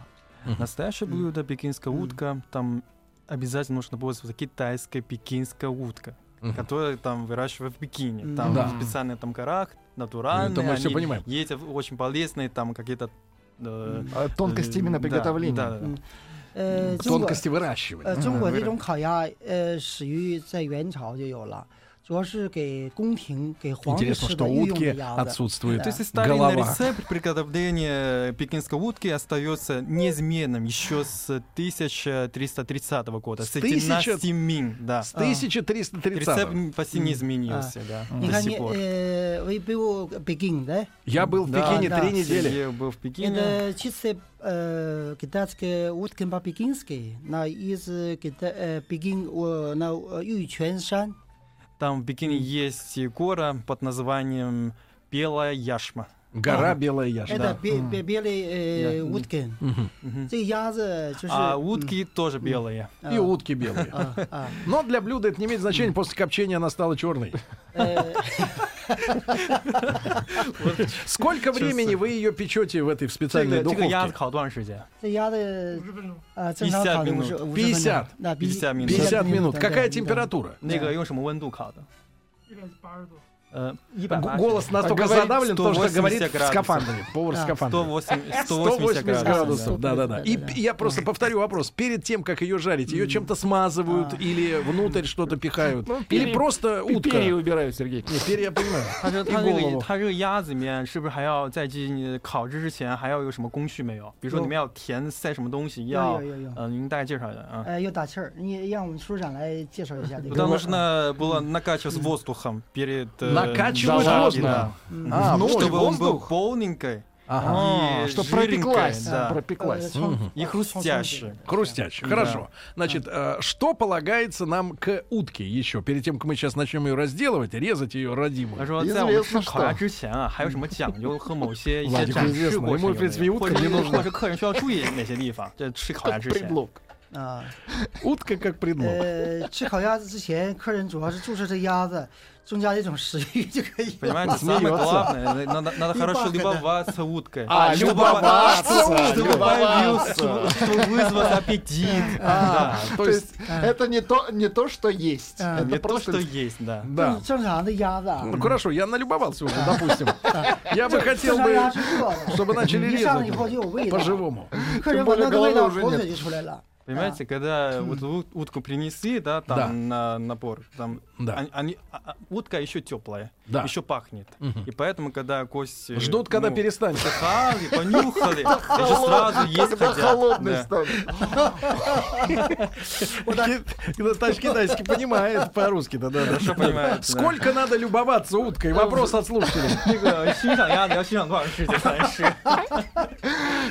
Speaker 3: Настоящее блюдо пекинская утка, там обязательно нужно пользоваться китайская пекинская утка,
Speaker 2: Мгм.
Speaker 3: которая там выращивают в Пекине.
Speaker 4: Мгм.
Speaker 3: Там
Speaker 2: Да.
Speaker 3: специальные там горах, натуральные.
Speaker 2: Это мы всё
Speaker 3: они
Speaker 2: понимаем.
Speaker 3: Есть очень полезные там какие-то... э,
Speaker 5: А Тонкости
Speaker 3: э,
Speaker 5: именно
Speaker 3: да,
Speaker 5: приготовления.
Speaker 3: Да, да, да.
Speaker 2: 嗯
Speaker 4: 呃，中国
Speaker 2: Тонкости выращивания.
Speaker 4: 呃中国
Speaker 3: 嗯
Speaker 4: 这种烤鸭呃始于在元朝就有了，主要是给宫廷给皇帝
Speaker 2: Интересно,
Speaker 4: 吃
Speaker 2: что
Speaker 4: 的御用的
Speaker 2: утки
Speaker 4: 鸭子。
Speaker 2: отсутствуют.
Speaker 4: Да.
Speaker 3: То есть и старинный
Speaker 2: Голова.
Speaker 3: рецепт приготовления пекинской утки остается неизменным еще с 1330 года,
Speaker 2: С
Speaker 3: с 11
Speaker 2: 1000?
Speaker 3: мин, да.
Speaker 2: С 1330
Speaker 3: Рецепт почти не
Speaker 5: А.
Speaker 3: изменился, да.
Speaker 4: 你
Speaker 3: до
Speaker 4: 看你
Speaker 3: сих пор.
Speaker 4: 呃，we build Beijing 的，
Speaker 2: Я был в
Speaker 3: Да,
Speaker 2: Пекине
Speaker 4: да.
Speaker 2: три недели.
Speaker 3: Я был в Пекине.
Speaker 4: Это чисто э, китайское уткен по пекински, на из кита э Пекин э, на э, 玉泉山，
Speaker 3: Там в Пекине есть и гора под названием Белая Яшма.
Speaker 2: Гора белая яшка.
Speaker 4: Это
Speaker 2: Да.
Speaker 4: бе- бе- белый э,
Speaker 3: Я-
Speaker 4: уткен，
Speaker 2: Мгм.
Speaker 3: 嗯
Speaker 4: 这个鸭子就是
Speaker 3: 哼，啊，Woodkey 都是 b i l l 呀，
Speaker 4: 嗯
Speaker 2: И утки белые.
Speaker 4: 啊啊，
Speaker 2: Но для блюда это не имеет значения, после копчения она стала черной.
Speaker 4: 呃，
Speaker 2: Сколько времени вы ее печете в этой в
Speaker 3: 这个
Speaker 2: специальной
Speaker 3: 这个鸭子
Speaker 2: духовке?
Speaker 3: 烤多长时间？
Speaker 4: 这鸭子啊，正常
Speaker 3: 50
Speaker 4: 烤的五
Speaker 3: минут
Speaker 4: 十五十分钟
Speaker 2: 50，
Speaker 4: 那比
Speaker 3: 50 минут
Speaker 2: 50 минут.
Speaker 4: 对
Speaker 2: Какая
Speaker 4: 对对
Speaker 2: температура?
Speaker 3: 那个用什么温度烤的？呃，一百
Speaker 2: Г-
Speaker 3: 八
Speaker 2: Голос настолько
Speaker 3: говорит
Speaker 2: задавлен, потому что
Speaker 3: 180
Speaker 2: говорит в
Speaker 3: градусов.
Speaker 2: скафандре. Повар в
Speaker 4: Да.
Speaker 2: скафандре.
Speaker 3: 180
Speaker 2: 180 градусов,
Speaker 4: градусов,
Speaker 2: да, да, да.
Speaker 4: да,
Speaker 2: И
Speaker 4: да, да.
Speaker 2: п- я просто повторю вопрос. Перед тем, как ее жарить, ее чем-то смазывают
Speaker 4: А.
Speaker 2: или внутрь что-то пихают?
Speaker 6: Ну,
Speaker 2: Или
Speaker 6: перья-
Speaker 2: просто
Speaker 6: перья
Speaker 2: утка? Не,
Speaker 6: убирают, Сергей.
Speaker 2: перья я понимаю.
Speaker 3: 他说
Speaker 2: 一
Speaker 3: 他这
Speaker 2: 锅
Speaker 3: 个
Speaker 2: 了
Speaker 3: 他这个鸭子里面是不是还要在进烤制之前还要有什么工序没有？比如说
Speaker 4: 有
Speaker 3: 你们要填塞什么东西，
Speaker 4: 有
Speaker 3: 要
Speaker 4: 有有有，
Speaker 3: 呃，您大概介绍一下啊。
Speaker 4: 哎，又打气儿，你让我们处事长来介绍一下这个。
Speaker 3: Потому что было накачивать воздухом перед э,
Speaker 2: Накачивать
Speaker 3: жаркой,
Speaker 2: воздух.
Speaker 3: да.
Speaker 4: Мгм.
Speaker 2: А,
Speaker 3: Ну,
Speaker 2: воздух.
Speaker 3: чтобы он был
Speaker 2: воздух.
Speaker 3: полненькой
Speaker 2: Ага.
Speaker 3: и
Speaker 6: чтоб
Speaker 3: жирненькой,
Speaker 6: пропеклась,
Speaker 3: да.
Speaker 6: Пропеклась.
Speaker 4: 呃
Speaker 2: 嗯
Speaker 3: 一 хрустящий
Speaker 2: Хрустяще. Хорошо. Значит, э, что полагается нам к утке еще? Перед тем, как мы сейчас начнем ее разделывать, резать ее
Speaker 3: 他
Speaker 2: родимую.
Speaker 3: 说，
Speaker 5: известно
Speaker 3: 在我们吃烤鸭
Speaker 5: что
Speaker 3: 之前啊，还有什么讲究和某些一些
Speaker 2: Владику
Speaker 3: 展示
Speaker 2: известно, ему, в
Speaker 3: 过程有没有
Speaker 2: принципе, и
Speaker 3: 或
Speaker 2: утка
Speaker 3: 者
Speaker 2: не
Speaker 3: 是
Speaker 2: нужна.
Speaker 3: 或者客人需要注意哪些地方？在吃烤鸭之前，
Speaker 6: Предлог.
Speaker 4: 啊，
Speaker 2: Утка как предлог.
Speaker 4: 呃，吃烤鸭子之前，客人主要是注射这鸭子，增加一种食欲就可以了。
Speaker 3: понимаете, самое главное, надо надо хорошо
Speaker 4: Любовь, да.
Speaker 3: любоваться уткой.
Speaker 6: А,
Speaker 3: Чтобы
Speaker 6: любоваться,
Speaker 3: она- чтобы
Speaker 6: любоваться.
Speaker 3: появился, чтобы вызвать аппетит. Да,
Speaker 2: То
Speaker 5: То
Speaker 2: есть,
Speaker 5: есть а. это не то, не то, что есть.
Speaker 4: А.
Speaker 5: Это
Speaker 3: не то,
Speaker 5: просто
Speaker 3: что есть, да.
Speaker 2: да.
Speaker 4: 正常的鸭子啊，
Speaker 2: Ну хорошо, я налюбовался уже, допустим. Я бы хотел
Speaker 4: 正常鸭
Speaker 2: бы,
Speaker 4: 是热的，嗯
Speaker 2: чтобы начали
Speaker 4: 一上来以后
Speaker 2: резать
Speaker 4: 就有味道，
Speaker 2: по-живому.
Speaker 4: 客
Speaker 5: 就
Speaker 4: 人
Speaker 5: 不
Speaker 4: 闻
Speaker 5: 能
Speaker 4: 到那味道，
Speaker 5: 跟我
Speaker 4: 口
Speaker 5: 们
Speaker 4: 水就出来了。
Speaker 3: Понимаете, когда вот ут- утку принесли, да, там
Speaker 2: Да.
Speaker 3: на набор, там
Speaker 2: Да,
Speaker 3: они, они- а- а, утка еще теплая,
Speaker 2: да.
Speaker 3: еще пахнет.
Speaker 2: Мгм.
Speaker 3: И поэтому, когда гости
Speaker 2: Ждут, когда
Speaker 3: ну,
Speaker 2: перестанет.
Speaker 3: Вдыхали, понюхали, даже сразу есть
Speaker 5: когда
Speaker 3: хотят.
Speaker 5: холодный
Speaker 3: Да.
Speaker 5: стал.
Speaker 2: Ки- Товарищ ну, китайский понимает по-русски-то, да, да.
Speaker 3: Хорошо понимаете. да.
Speaker 2: Сколько надо любоваться уткой? Вопрос от слушателей.
Speaker 3: 这个欣赏鸭子要欣赏多长时间才是？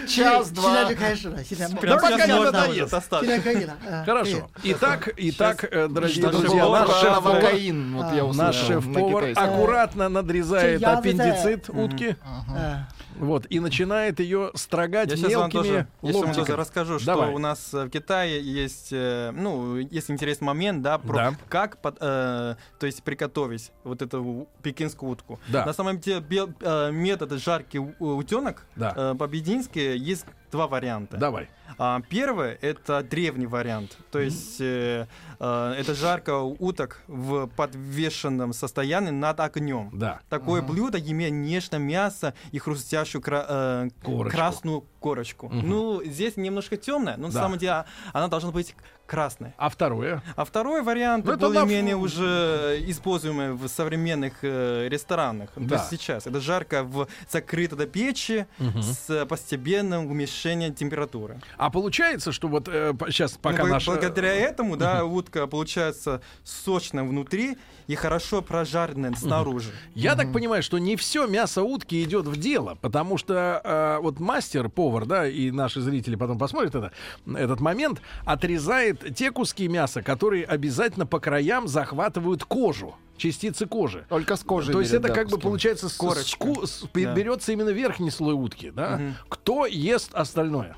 Speaker 5: Час-два.
Speaker 4: 现在就开始了，现在
Speaker 3: Прям
Speaker 2: пока
Speaker 3: сейчас
Speaker 2: не
Speaker 3: можно
Speaker 2: надоест.
Speaker 3: будет
Speaker 4: 现
Speaker 3: достаточно.
Speaker 4: 在可以了。 嗯
Speaker 2: Хорошо. Итак, итак, э, дорогие
Speaker 3: Что-то
Speaker 2: друзья,
Speaker 3: было
Speaker 2: наш
Speaker 3: про
Speaker 2: шеф-повар- А,
Speaker 5: авокаин, вот я А, услышал
Speaker 2: наш
Speaker 5: на
Speaker 2: шеф-повар
Speaker 5: китайском.
Speaker 2: аккуратно надрезает
Speaker 4: Чё, я бы за-
Speaker 2: аппендицит утки,
Speaker 4: 嗯，
Speaker 2: вот, и начинает ее строгать
Speaker 3: Я сейчас вам
Speaker 2: мелкими
Speaker 3: тоже, я щас вам тоже
Speaker 2: ломтиками.
Speaker 3: расскажу, что
Speaker 2: Давай.
Speaker 3: у нас э, в Китае есть, э, ну, есть интересный момент, да, про
Speaker 2: Да.
Speaker 3: как, под- э, то есть, приготовить вот эту у- пекинскую утку.
Speaker 2: Да.
Speaker 3: На самом деле бел- э, метод жарки у- утенок
Speaker 2: Да.
Speaker 3: э, по-бедински есть два варианта.
Speaker 2: Давай.
Speaker 3: А, первый это древний вариант, то есть э, э, это жарка уток в подвешенном состоянии над огнем.
Speaker 2: Да.
Speaker 3: Такое блюдо имеет нежное мясо и хрустящую кра- э,
Speaker 2: Корочку.
Speaker 3: красную корочку.
Speaker 2: Мгм.
Speaker 3: Ну, здесь немножко темная, но
Speaker 2: Да.
Speaker 3: на самом деле а, она должна быть красной.
Speaker 2: А второе?
Speaker 3: А второй вариант
Speaker 2: Ну, это
Speaker 3: более-менее
Speaker 2: на-
Speaker 3: уже используемый в современных э, ресторанах. То
Speaker 2: Да.
Speaker 3: есть сейчас это жарко в закрытой до печи с постепенным уменьшением температуры.
Speaker 2: А получается, что вот сейчас
Speaker 3: Ну,
Speaker 2: пока
Speaker 3: бл-
Speaker 2: наша... э,
Speaker 3: Благодаря этому, да, утка получается сочная внутри и хорошо прожаренная снаружи.
Speaker 2: Я так понимаю, что не все мясо утки идет в дело, потому что э, вот мастер, повар, да, и наши зрители потом посмотрят это, этот момент, отрезает те куски мяса, которые обязательно по краям захватывают кожу, частицы кожи.
Speaker 5: Только с кожей.
Speaker 2: То есть
Speaker 5: берет,
Speaker 2: это
Speaker 5: да,
Speaker 2: как бы
Speaker 5: куски.
Speaker 2: получается с-
Speaker 3: Корочка.
Speaker 2: ску- с- пе-
Speaker 3: Да.
Speaker 2: берется именно верхний слой утки, да?
Speaker 3: Мгм.
Speaker 2: Кто ест остальное?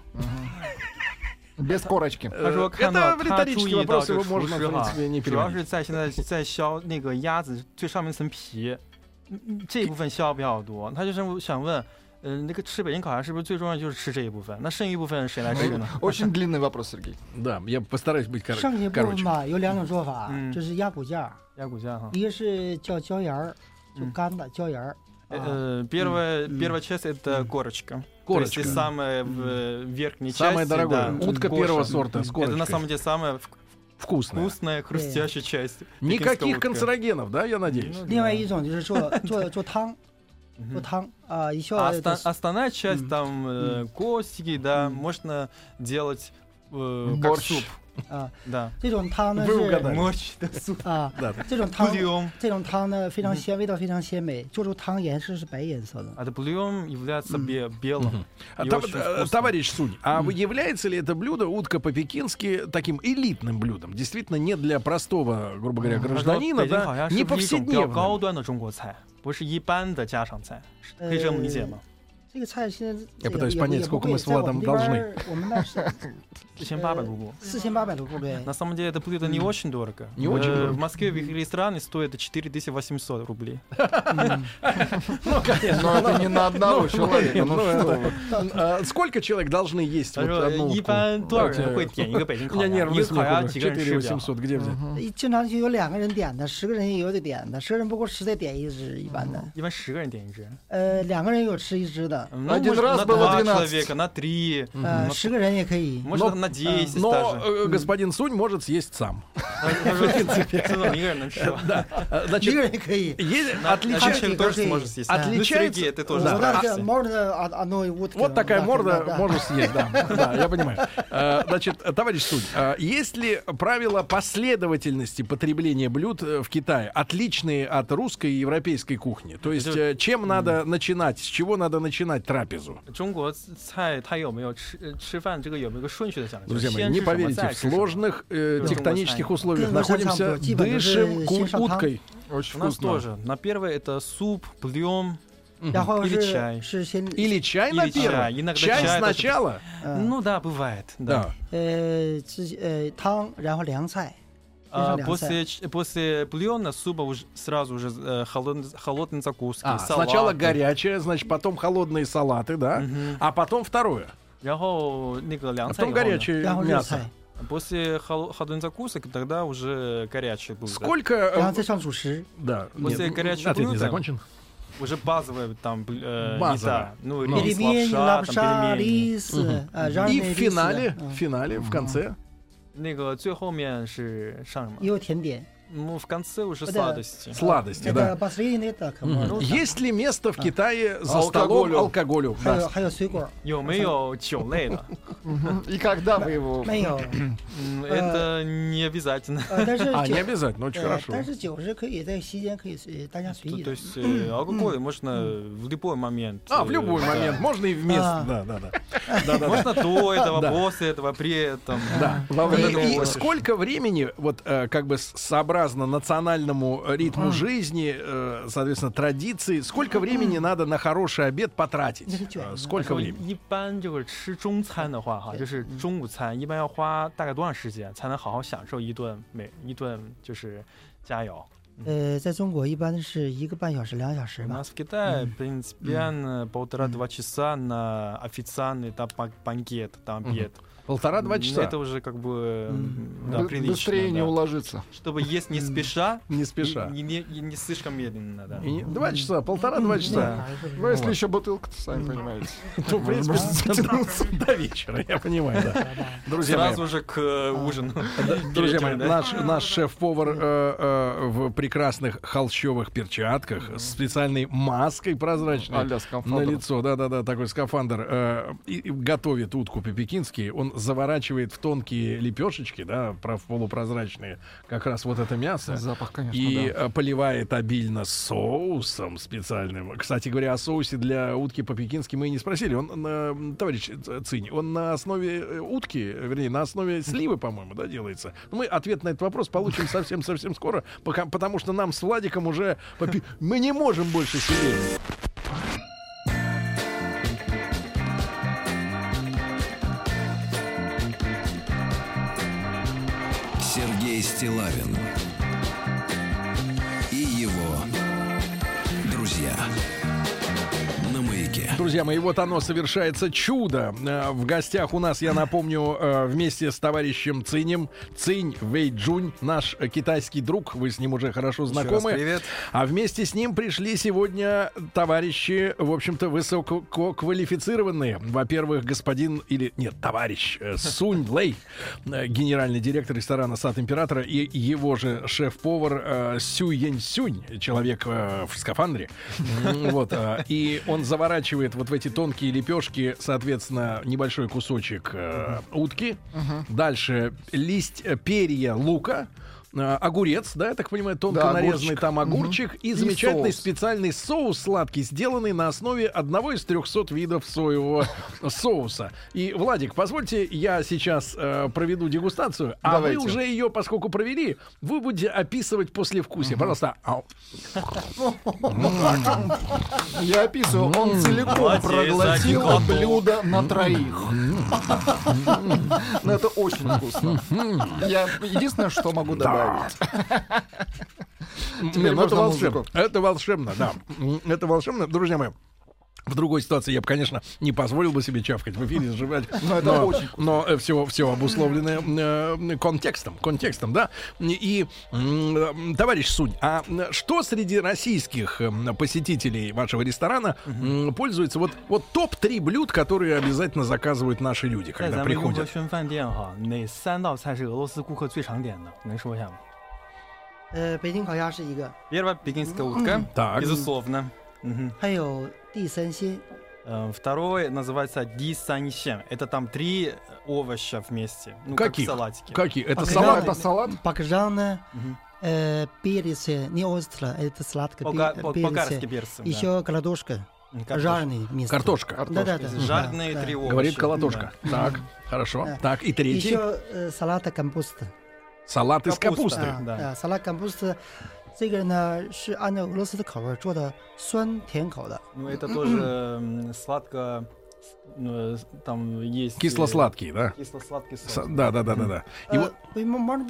Speaker 5: без корочки.
Speaker 3: 他说
Speaker 2: 呃
Speaker 3: 看
Speaker 2: это
Speaker 3: 到他
Speaker 2: риторический
Speaker 3: 注意到
Speaker 2: вопрос,
Speaker 3: 这
Speaker 2: его
Speaker 3: 个厨
Speaker 2: можно,
Speaker 3: 师
Speaker 2: в
Speaker 3: 哈
Speaker 2: принципе, не，
Speaker 3: 主要
Speaker 2: переводить.
Speaker 3: 是在现 在在削那个鸭子最上面一层皮，嗯嗯这一部分削的比较多。他就是想问，嗯，那个吃北京烤鸭是不是最重要就是吃这一部分？那剩一部分谁来吃呢？
Speaker 5: Очень длинный вопрос, Сергей.
Speaker 2: Да, я постараюсь быть кор-
Speaker 4: 剩下部分
Speaker 2: короче.
Speaker 4: 吧，有两种做法啊
Speaker 3: 嗯，
Speaker 4: 就是压骨架，
Speaker 3: 鸭骨架哈。
Speaker 4: 一个是叫椒盐儿，就
Speaker 3: 嗯
Speaker 4: 干的椒盐儿。啊，
Speaker 3: Э, первая
Speaker 4: М.
Speaker 3: первая часть это корочка,
Speaker 2: Корочка.
Speaker 3: то есть самая в верхней
Speaker 2: Самое
Speaker 3: части,
Speaker 2: дорогое.
Speaker 3: да,
Speaker 2: Утка
Speaker 3: коша.
Speaker 2: первого сорта с
Speaker 3: Это на
Speaker 2: корочкой.
Speaker 3: самом деле самая вк-
Speaker 2: Вкусное.
Speaker 3: вкусная, хрустящая часть.
Speaker 2: Никаких
Speaker 3: пекинской утки.
Speaker 2: канцерогенов, да, я надеюсь?
Speaker 3: Ну,
Speaker 4: 另外
Speaker 3: да.
Speaker 4: 一种就是做做做汤，做
Speaker 3: Мгм.
Speaker 4: 汤啊，一笑
Speaker 3: А
Speaker 4: 就
Speaker 3: оста- основная часть
Speaker 4: М.
Speaker 3: там э, костики, да,
Speaker 4: М.
Speaker 3: можно делать э, как
Speaker 5: Борщ.
Speaker 3: суп,
Speaker 4: 啊，
Speaker 3: да.
Speaker 4: 这种汤呢
Speaker 2: Вы
Speaker 4: 是
Speaker 2: угадали.
Speaker 3: Мощь, да, суп.
Speaker 4: 啊
Speaker 2: 对，
Speaker 4: 这种汤
Speaker 3: Бульон.
Speaker 4: 这种汤呢非常鲜，味道非常鲜美，做出汤颜色是白颜色的。
Speaker 3: А бульон является бе- белым.
Speaker 2: А
Speaker 3: И
Speaker 2: тов-
Speaker 3: очень
Speaker 2: э,
Speaker 3: вкусно.
Speaker 2: товарищ Сунь, а вы- является ли это блюдо утка по-пекински таким элитным блюдом? Действительно, не для простого, грубо говоря,
Speaker 3: Потому что
Speaker 2: гражданина,
Speaker 3: Пекин,
Speaker 2: да,
Speaker 3: конечно,
Speaker 2: не
Speaker 3: это 一种比较
Speaker 2: повседневным.
Speaker 3: 高端的中国菜不是一般的家常菜，是
Speaker 2: Э,
Speaker 3: 可以这么理解吗？
Speaker 4: 这个菜现在
Speaker 2: Я пытаюсь понять, сколько мы с Владом должны.
Speaker 4: 我们那是
Speaker 3: 一
Speaker 2: э,
Speaker 3: 千八百卢布。
Speaker 4: 四千八百卢布对
Speaker 3: На самом деле это блюдо не очень дорого.
Speaker 2: Не очень
Speaker 3: Э,
Speaker 2: дорого.
Speaker 3: В Москве в их ресторане стоит 4800 рублей.
Speaker 2: А Ну, конечно.
Speaker 5: Но это не на одного
Speaker 2: ну,
Speaker 5: человека. Ну
Speaker 2: ну, это-
Speaker 5: что вы.
Speaker 2: А, Сколько человек должны есть?
Speaker 3: 他
Speaker 2: вот
Speaker 3: 说
Speaker 2: одну
Speaker 3: 一
Speaker 2: утку?
Speaker 3: 般多少
Speaker 2: давайте э,
Speaker 3: 人会点一个北京
Speaker 2: У
Speaker 3: 烤
Speaker 2: меня
Speaker 3: 鸭？一
Speaker 2: нервный
Speaker 3: 个
Speaker 2: смех
Speaker 3: 烤鸭几个人
Speaker 2: 4
Speaker 3: 吃不了？
Speaker 2: 800 где взять?
Speaker 4: 一经常就有两个人点的，十个人也有得点的，十个人不够吃得点一只一般的。
Speaker 3: 一般十个人点一只。
Speaker 4: 呃，两个人有吃一只的，
Speaker 3: Ну,
Speaker 5: Один
Speaker 3: может,
Speaker 5: раз
Speaker 3: на
Speaker 5: было
Speaker 3: два
Speaker 5: 12.
Speaker 3: человека, на три,
Speaker 4: 呃，
Speaker 3: ну,
Speaker 4: 十个人也可以。
Speaker 3: может,
Speaker 2: Но-
Speaker 3: на 10
Speaker 2: Но
Speaker 3: даже.
Speaker 2: э, господин Сунь может съесть сам.
Speaker 3: Он говорит, «Ты там一个人能吃完。
Speaker 4: А,
Speaker 2: Э,
Speaker 4: 一个
Speaker 2: Значит,
Speaker 4: 人也可以。
Speaker 2: есть
Speaker 3: На- на
Speaker 2: отличие...
Speaker 3: человек
Speaker 4: Как
Speaker 3: тоже
Speaker 4: и-
Speaker 3: сможешь съесть.
Speaker 2: Да.
Speaker 3: Ну,
Speaker 2: Отличается-
Speaker 3: сырки ты тоже
Speaker 2: Да.
Speaker 4: Вот так,
Speaker 3: справишься.
Speaker 4: морда од- одной утки.
Speaker 2: Вот такая
Speaker 4: так,
Speaker 2: морда
Speaker 4: да, да.
Speaker 2: можно съесть, да. Да, я понимаю. Э, Значит, э, товарищ Сунь, э, есть ли правила последовательности потребления блюд э, в Китае, отличные от русской и европейской кухни? То есть, э, чем надо начинать, с чего надо начинать трапезу?
Speaker 3: 中国菜它有没有吃呃吃饭这个有没有个顺序的讲究？
Speaker 2: Друзья мои,
Speaker 3: 先吃
Speaker 2: не
Speaker 3: 什么
Speaker 2: поверите,
Speaker 3: 再
Speaker 2: в
Speaker 3: 吃什么
Speaker 2: сложных э,
Speaker 3: Да.
Speaker 2: тектонических
Speaker 3: Да.
Speaker 2: условиях
Speaker 4: Да, на
Speaker 2: находимся,
Speaker 4: самом деле, типа,
Speaker 2: дышим
Speaker 4: даже
Speaker 2: ку-
Speaker 4: синшатан.
Speaker 2: уткой.
Speaker 5: Очень
Speaker 3: У нас
Speaker 5: вкусно.
Speaker 3: тоже. На первое это суп, бульон.
Speaker 4: 然后
Speaker 3: 一粒柴
Speaker 4: 是是先
Speaker 2: Или чай
Speaker 3: Или
Speaker 2: на первое.
Speaker 3: чай, иногда
Speaker 2: Чай
Speaker 3: чай тоже-
Speaker 2: сначала.
Speaker 4: 嗯
Speaker 3: Ну да, бывает. Да.
Speaker 2: Да.
Speaker 4: 呃自己呃汤，然后凉菜，
Speaker 3: А,
Speaker 4: Или
Speaker 3: после, ч- после бульона супа уже, сразу уже э, холодный, холодные закуски,
Speaker 2: А,
Speaker 3: салаты.
Speaker 2: сначала горячее, значит, потом холодные салаты, да.
Speaker 3: Мгм.
Speaker 2: А потом второе.
Speaker 3: 然后那个凉
Speaker 2: А
Speaker 3: 菜
Speaker 2: потом
Speaker 3: 以后呢
Speaker 2: горячее
Speaker 4: 然后热
Speaker 2: мясо.
Speaker 4: 菜，
Speaker 3: После холо- холодных закусок тогда уже горячее блюдо.
Speaker 2: Сколько...
Speaker 4: 然后
Speaker 2: э,
Speaker 4: 再上主食。
Speaker 2: Да.
Speaker 3: После
Speaker 2: нет, ну,
Speaker 3: горячего
Speaker 2: Ответ не
Speaker 3: блюда.
Speaker 2: закончен.
Speaker 3: Уже базовое там бл- э,
Speaker 2: Базовое.
Speaker 3: еда. Ну,
Speaker 2: Ну.
Speaker 3: рис,
Speaker 4: Пельмени,
Speaker 3: лапша,
Speaker 4: лапша,
Speaker 3: там пельмени.
Speaker 4: 栗
Speaker 3: 嗯
Speaker 4: 子，呃，
Speaker 2: И
Speaker 4: ramen，
Speaker 2: в
Speaker 4: 栗子
Speaker 2: финале,
Speaker 4: 嗯
Speaker 2: в финале, в конце.
Speaker 3: 那个最后面是上什么
Speaker 4: 也？有甜点。
Speaker 3: Ну, в конце уже
Speaker 4: Да.
Speaker 3: сладости.
Speaker 2: Сладости,
Speaker 4: Это
Speaker 2: да.
Speaker 4: бассейн, это
Speaker 3: 嗯
Speaker 4: как
Speaker 2: Мгм.
Speaker 4: можно.
Speaker 2: Есть ли место в
Speaker 5: А.
Speaker 2: Китае
Speaker 3: А,
Speaker 2: за столом
Speaker 5: Алкоголю.
Speaker 2: алкоголю?
Speaker 4: 还
Speaker 5: Э,
Speaker 2: Да.
Speaker 4: 有还有水果，
Speaker 3: 有没有酒类的？
Speaker 5: Мгм. И когда вы его...
Speaker 4: 没有，
Speaker 3: М, Это не обязательно.
Speaker 4: 呃，但是
Speaker 2: А,
Speaker 4: 酒
Speaker 5: э,
Speaker 2: не обязательно, очень
Speaker 4: 呃
Speaker 2: хорошо.
Speaker 4: 但是酒是可以在席间可以随大家
Speaker 3: То
Speaker 4: 随意
Speaker 3: то
Speaker 4: 的。
Speaker 3: есть э, алкоголь можно в любой момент.
Speaker 2: А,
Speaker 3: э,
Speaker 2: в любой
Speaker 3: да.
Speaker 2: момент. Можно и вместо.
Speaker 4: А.
Speaker 2: Да, да, да. Да, да, да.
Speaker 3: Можно до этого,
Speaker 2: Да.
Speaker 3: после этого, при этом.
Speaker 2: Да.
Speaker 5: Во
Speaker 2: И-
Speaker 5: время
Speaker 3: этого
Speaker 2: И,
Speaker 3: вот-
Speaker 2: сколько времени, вот э, как бы с- сообразно национальному ритму жизни, э, соответственно, традиции, сколько времени надо на хороший обед потратить?
Speaker 4: Ну, чё,
Speaker 2: Э,
Speaker 3: But
Speaker 2: Сколько
Speaker 3: 我
Speaker 2: времени?
Speaker 3: 一般就是吃中餐的话，哈，
Speaker 4: 对
Speaker 3: 就是中午餐，一般要花大概多长时间才能好好享受一顿每一顿就是佳肴？
Speaker 4: 呃，在中国一般是一个半小时、两小时
Speaker 3: У
Speaker 4: 吧。
Speaker 3: нас в Китае принципиально полтора-два часа на официальный там бан- банкет, там обед.
Speaker 2: Полтора-два
Speaker 3: М,
Speaker 2: часа.
Speaker 3: Это уже как бы м, да,
Speaker 5: Б-
Speaker 3: прилично.
Speaker 5: Быстрее не
Speaker 3: да.
Speaker 5: уложиться.
Speaker 3: Чтобы есть не спеша,
Speaker 2: Не спеша.
Speaker 3: и- и не, и не слишком медленно, да.
Speaker 2: И не- Два часа, полтора-два часа.
Speaker 5: Ну, если еще бутылка, то сами понимаете.
Speaker 2: Ну, в принципе, дотянуться до вечера, я понимаю, да. Друзья мои, А.
Speaker 3: Сразу же к э, ужину.
Speaker 2: Друзья мои,
Speaker 3: Да.
Speaker 2: наш, наш шеф-повар э, э, в прекрасных холщовых перчатках с специальной маской прозрачной
Speaker 5: Аля
Speaker 2: на
Speaker 5: скафандр.
Speaker 2: лицо, да-да-да, такой скафандр, э, и, и готовит утку по-пекински, он заворачивает в тонкие лепешечки, да, про- полупрозрачные, как раз вот это мясо.
Speaker 5: Запах, конечно,
Speaker 2: И
Speaker 5: да.
Speaker 2: э, поливает обильно соусом специальным. Кстати говоря, о соусе для утки по-пекински мы и не спросили. Он, на- товарищ Ц- Цинь, он на основе э, утки, вернее, на основе сливы, по-моему, да, делается. Но мы ответ на этот вопрос получим совсем-совсем скоро, пока- потому что нам с Владиком уже... попи- Мы не можем больше сидеть.
Speaker 1: Сергей Стилавин и его друзья на маяке.
Speaker 2: Друзья мои, вот оно совершается чудо. Э, В гостях у нас, я напомню, э, вместе с товарищем Цинем, Цинь Вэйджунь, наш э, китайский друг, вы с ним уже хорошо
Speaker 3: Еще раз
Speaker 2: знакомы.
Speaker 3: привет.
Speaker 2: А вместе с ним пришли сегодня товарищи, в общем-то, высококвалифицированные. Во-первых, господин или нет, товарищ э, Сунь Лэй, э, генеральный директор ресторана Сад Императора, и его же шеф-повар э, Сю Янь Сюнь, человек э, в скафандре. М, Вот, э, и он заворачивает вот в эти тонкие лепешки, соответственно, небольшой кусочек э, утки, дальше листь э, перья лука. э, огурец, да, я так понимаю, тонко
Speaker 5: Да,
Speaker 2: нарезанный
Speaker 5: огурчик.
Speaker 2: там огурчик и
Speaker 5: И
Speaker 2: замечательный
Speaker 5: соус.
Speaker 2: специальный соус сладкий, сделанный на основе одного из 300 видов соевого соуса. И, Владик, позвольте, я сейчас э, проведу дегустацию, а
Speaker 5: Давайте.
Speaker 2: вы уже ее, поскольку провели, вы будете описывать послевкусие. Пожалуйста. а Ау.
Speaker 5: Я описываю, он целиком
Speaker 3: Молодец,
Speaker 5: проглотил
Speaker 3: один глоток.
Speaker 5: блюдо на троих. Но это очень вкусно. Я единственное, что могу добавить.
Speaker 2: Не,
Speaker 5: Теперь
Speaker 2: ну это
Speaker 5: можно
Speaker 2: волшебно.
Speaker 5: музыку.
Speaker 2: Это волшебно, да. М, Это волшебно. Друзья мои, в другой ситуации я бы, конечно, не позволил бы себе чавкать в эфире, жевать.
Speaker 5: Но это очень
Speaker 2: но э, все, все обусловлено э, контекстом, контекстом, да. И, м, э, товарищ Сунь, а м, что среди российских эм, посетителей вашего ресторана м, пользуется? Вот, вот топ-3 блюд, которые обязательно заказывают наши люди,
Speaker 3: 在
Speaker 2: когда
Speaker 3: 咱们雍和
Speaker 2: приходят.
Speaker 3: 轩饭店哈，哪三道菜是俄罗斯顾客最常点的？能说一下吗？
Speaker 4: 呃，北京烤鸭是一个，
Speaker 3: Первое пекинская утка,
Speaker 2: Так.
Speaker 3: безусловно. Мгм.
Speaker 4: 还有地三鲜，
Speaker 3: Э, Второе называется дисаньсен. Это там три овоща вместе. Ну, как в
Speaker 2: Каких?
Speaker 3: салатике.
Speaker 2: Какие? Это
Speaker 4: А
Speaker 2: салат?
Speaker 4: когда-
Speaker 5: Это салат?
Speaker 4: баклажаны,
Speaker 3: Мгм.
Speaker 4: э, перец, не остро, это сладко,
Speaker 3: Пока-
Speaker 4: пе-
Speaker 3: по- Болгарские
Speaker 4: перец,
Speaker 3: перцы. да.
Speaker 4: еще картошка,
Speaker 3: М, картошка.
Speaker 4: жареный вместо.
Speaker 2: Картошка.
Speaker 4: Да-да-да.
Speaker 3: Жарные
Speaker 4: Да,
Speaker 3: три
Speaker 4: да.
Speaker 3: овоща.
Speaker 2: Говорит колотушка.
Speaker 3: Да.
Speaker 2: Так, хорошо.
Speaker 4: Да.
Speaker 2: Так, и третий.
Speaker 4: Еще э, салата кампуста.
Speaker 2: Салат из капусты.
Speaker 3: Капуста. Да,
Speaker 4: 啊
Speaker 3: 对
Speaker 4: 啊，萨拉干布斯，这个呢是按照俄罗斯的口味做的酸甜口的，
Speaker 3: Ну, это тоже м, сладко... с- ну, э, Там есть... э,
Speaker 2: Кисло-сладкий, да?
Speaker 3: Кисло-сладкий
Speaker 2: С-
Speaker 3: сок.
Speaker 2: Да, да, да, да, да. И
Speaker 4: 呃
Speaker 2: вот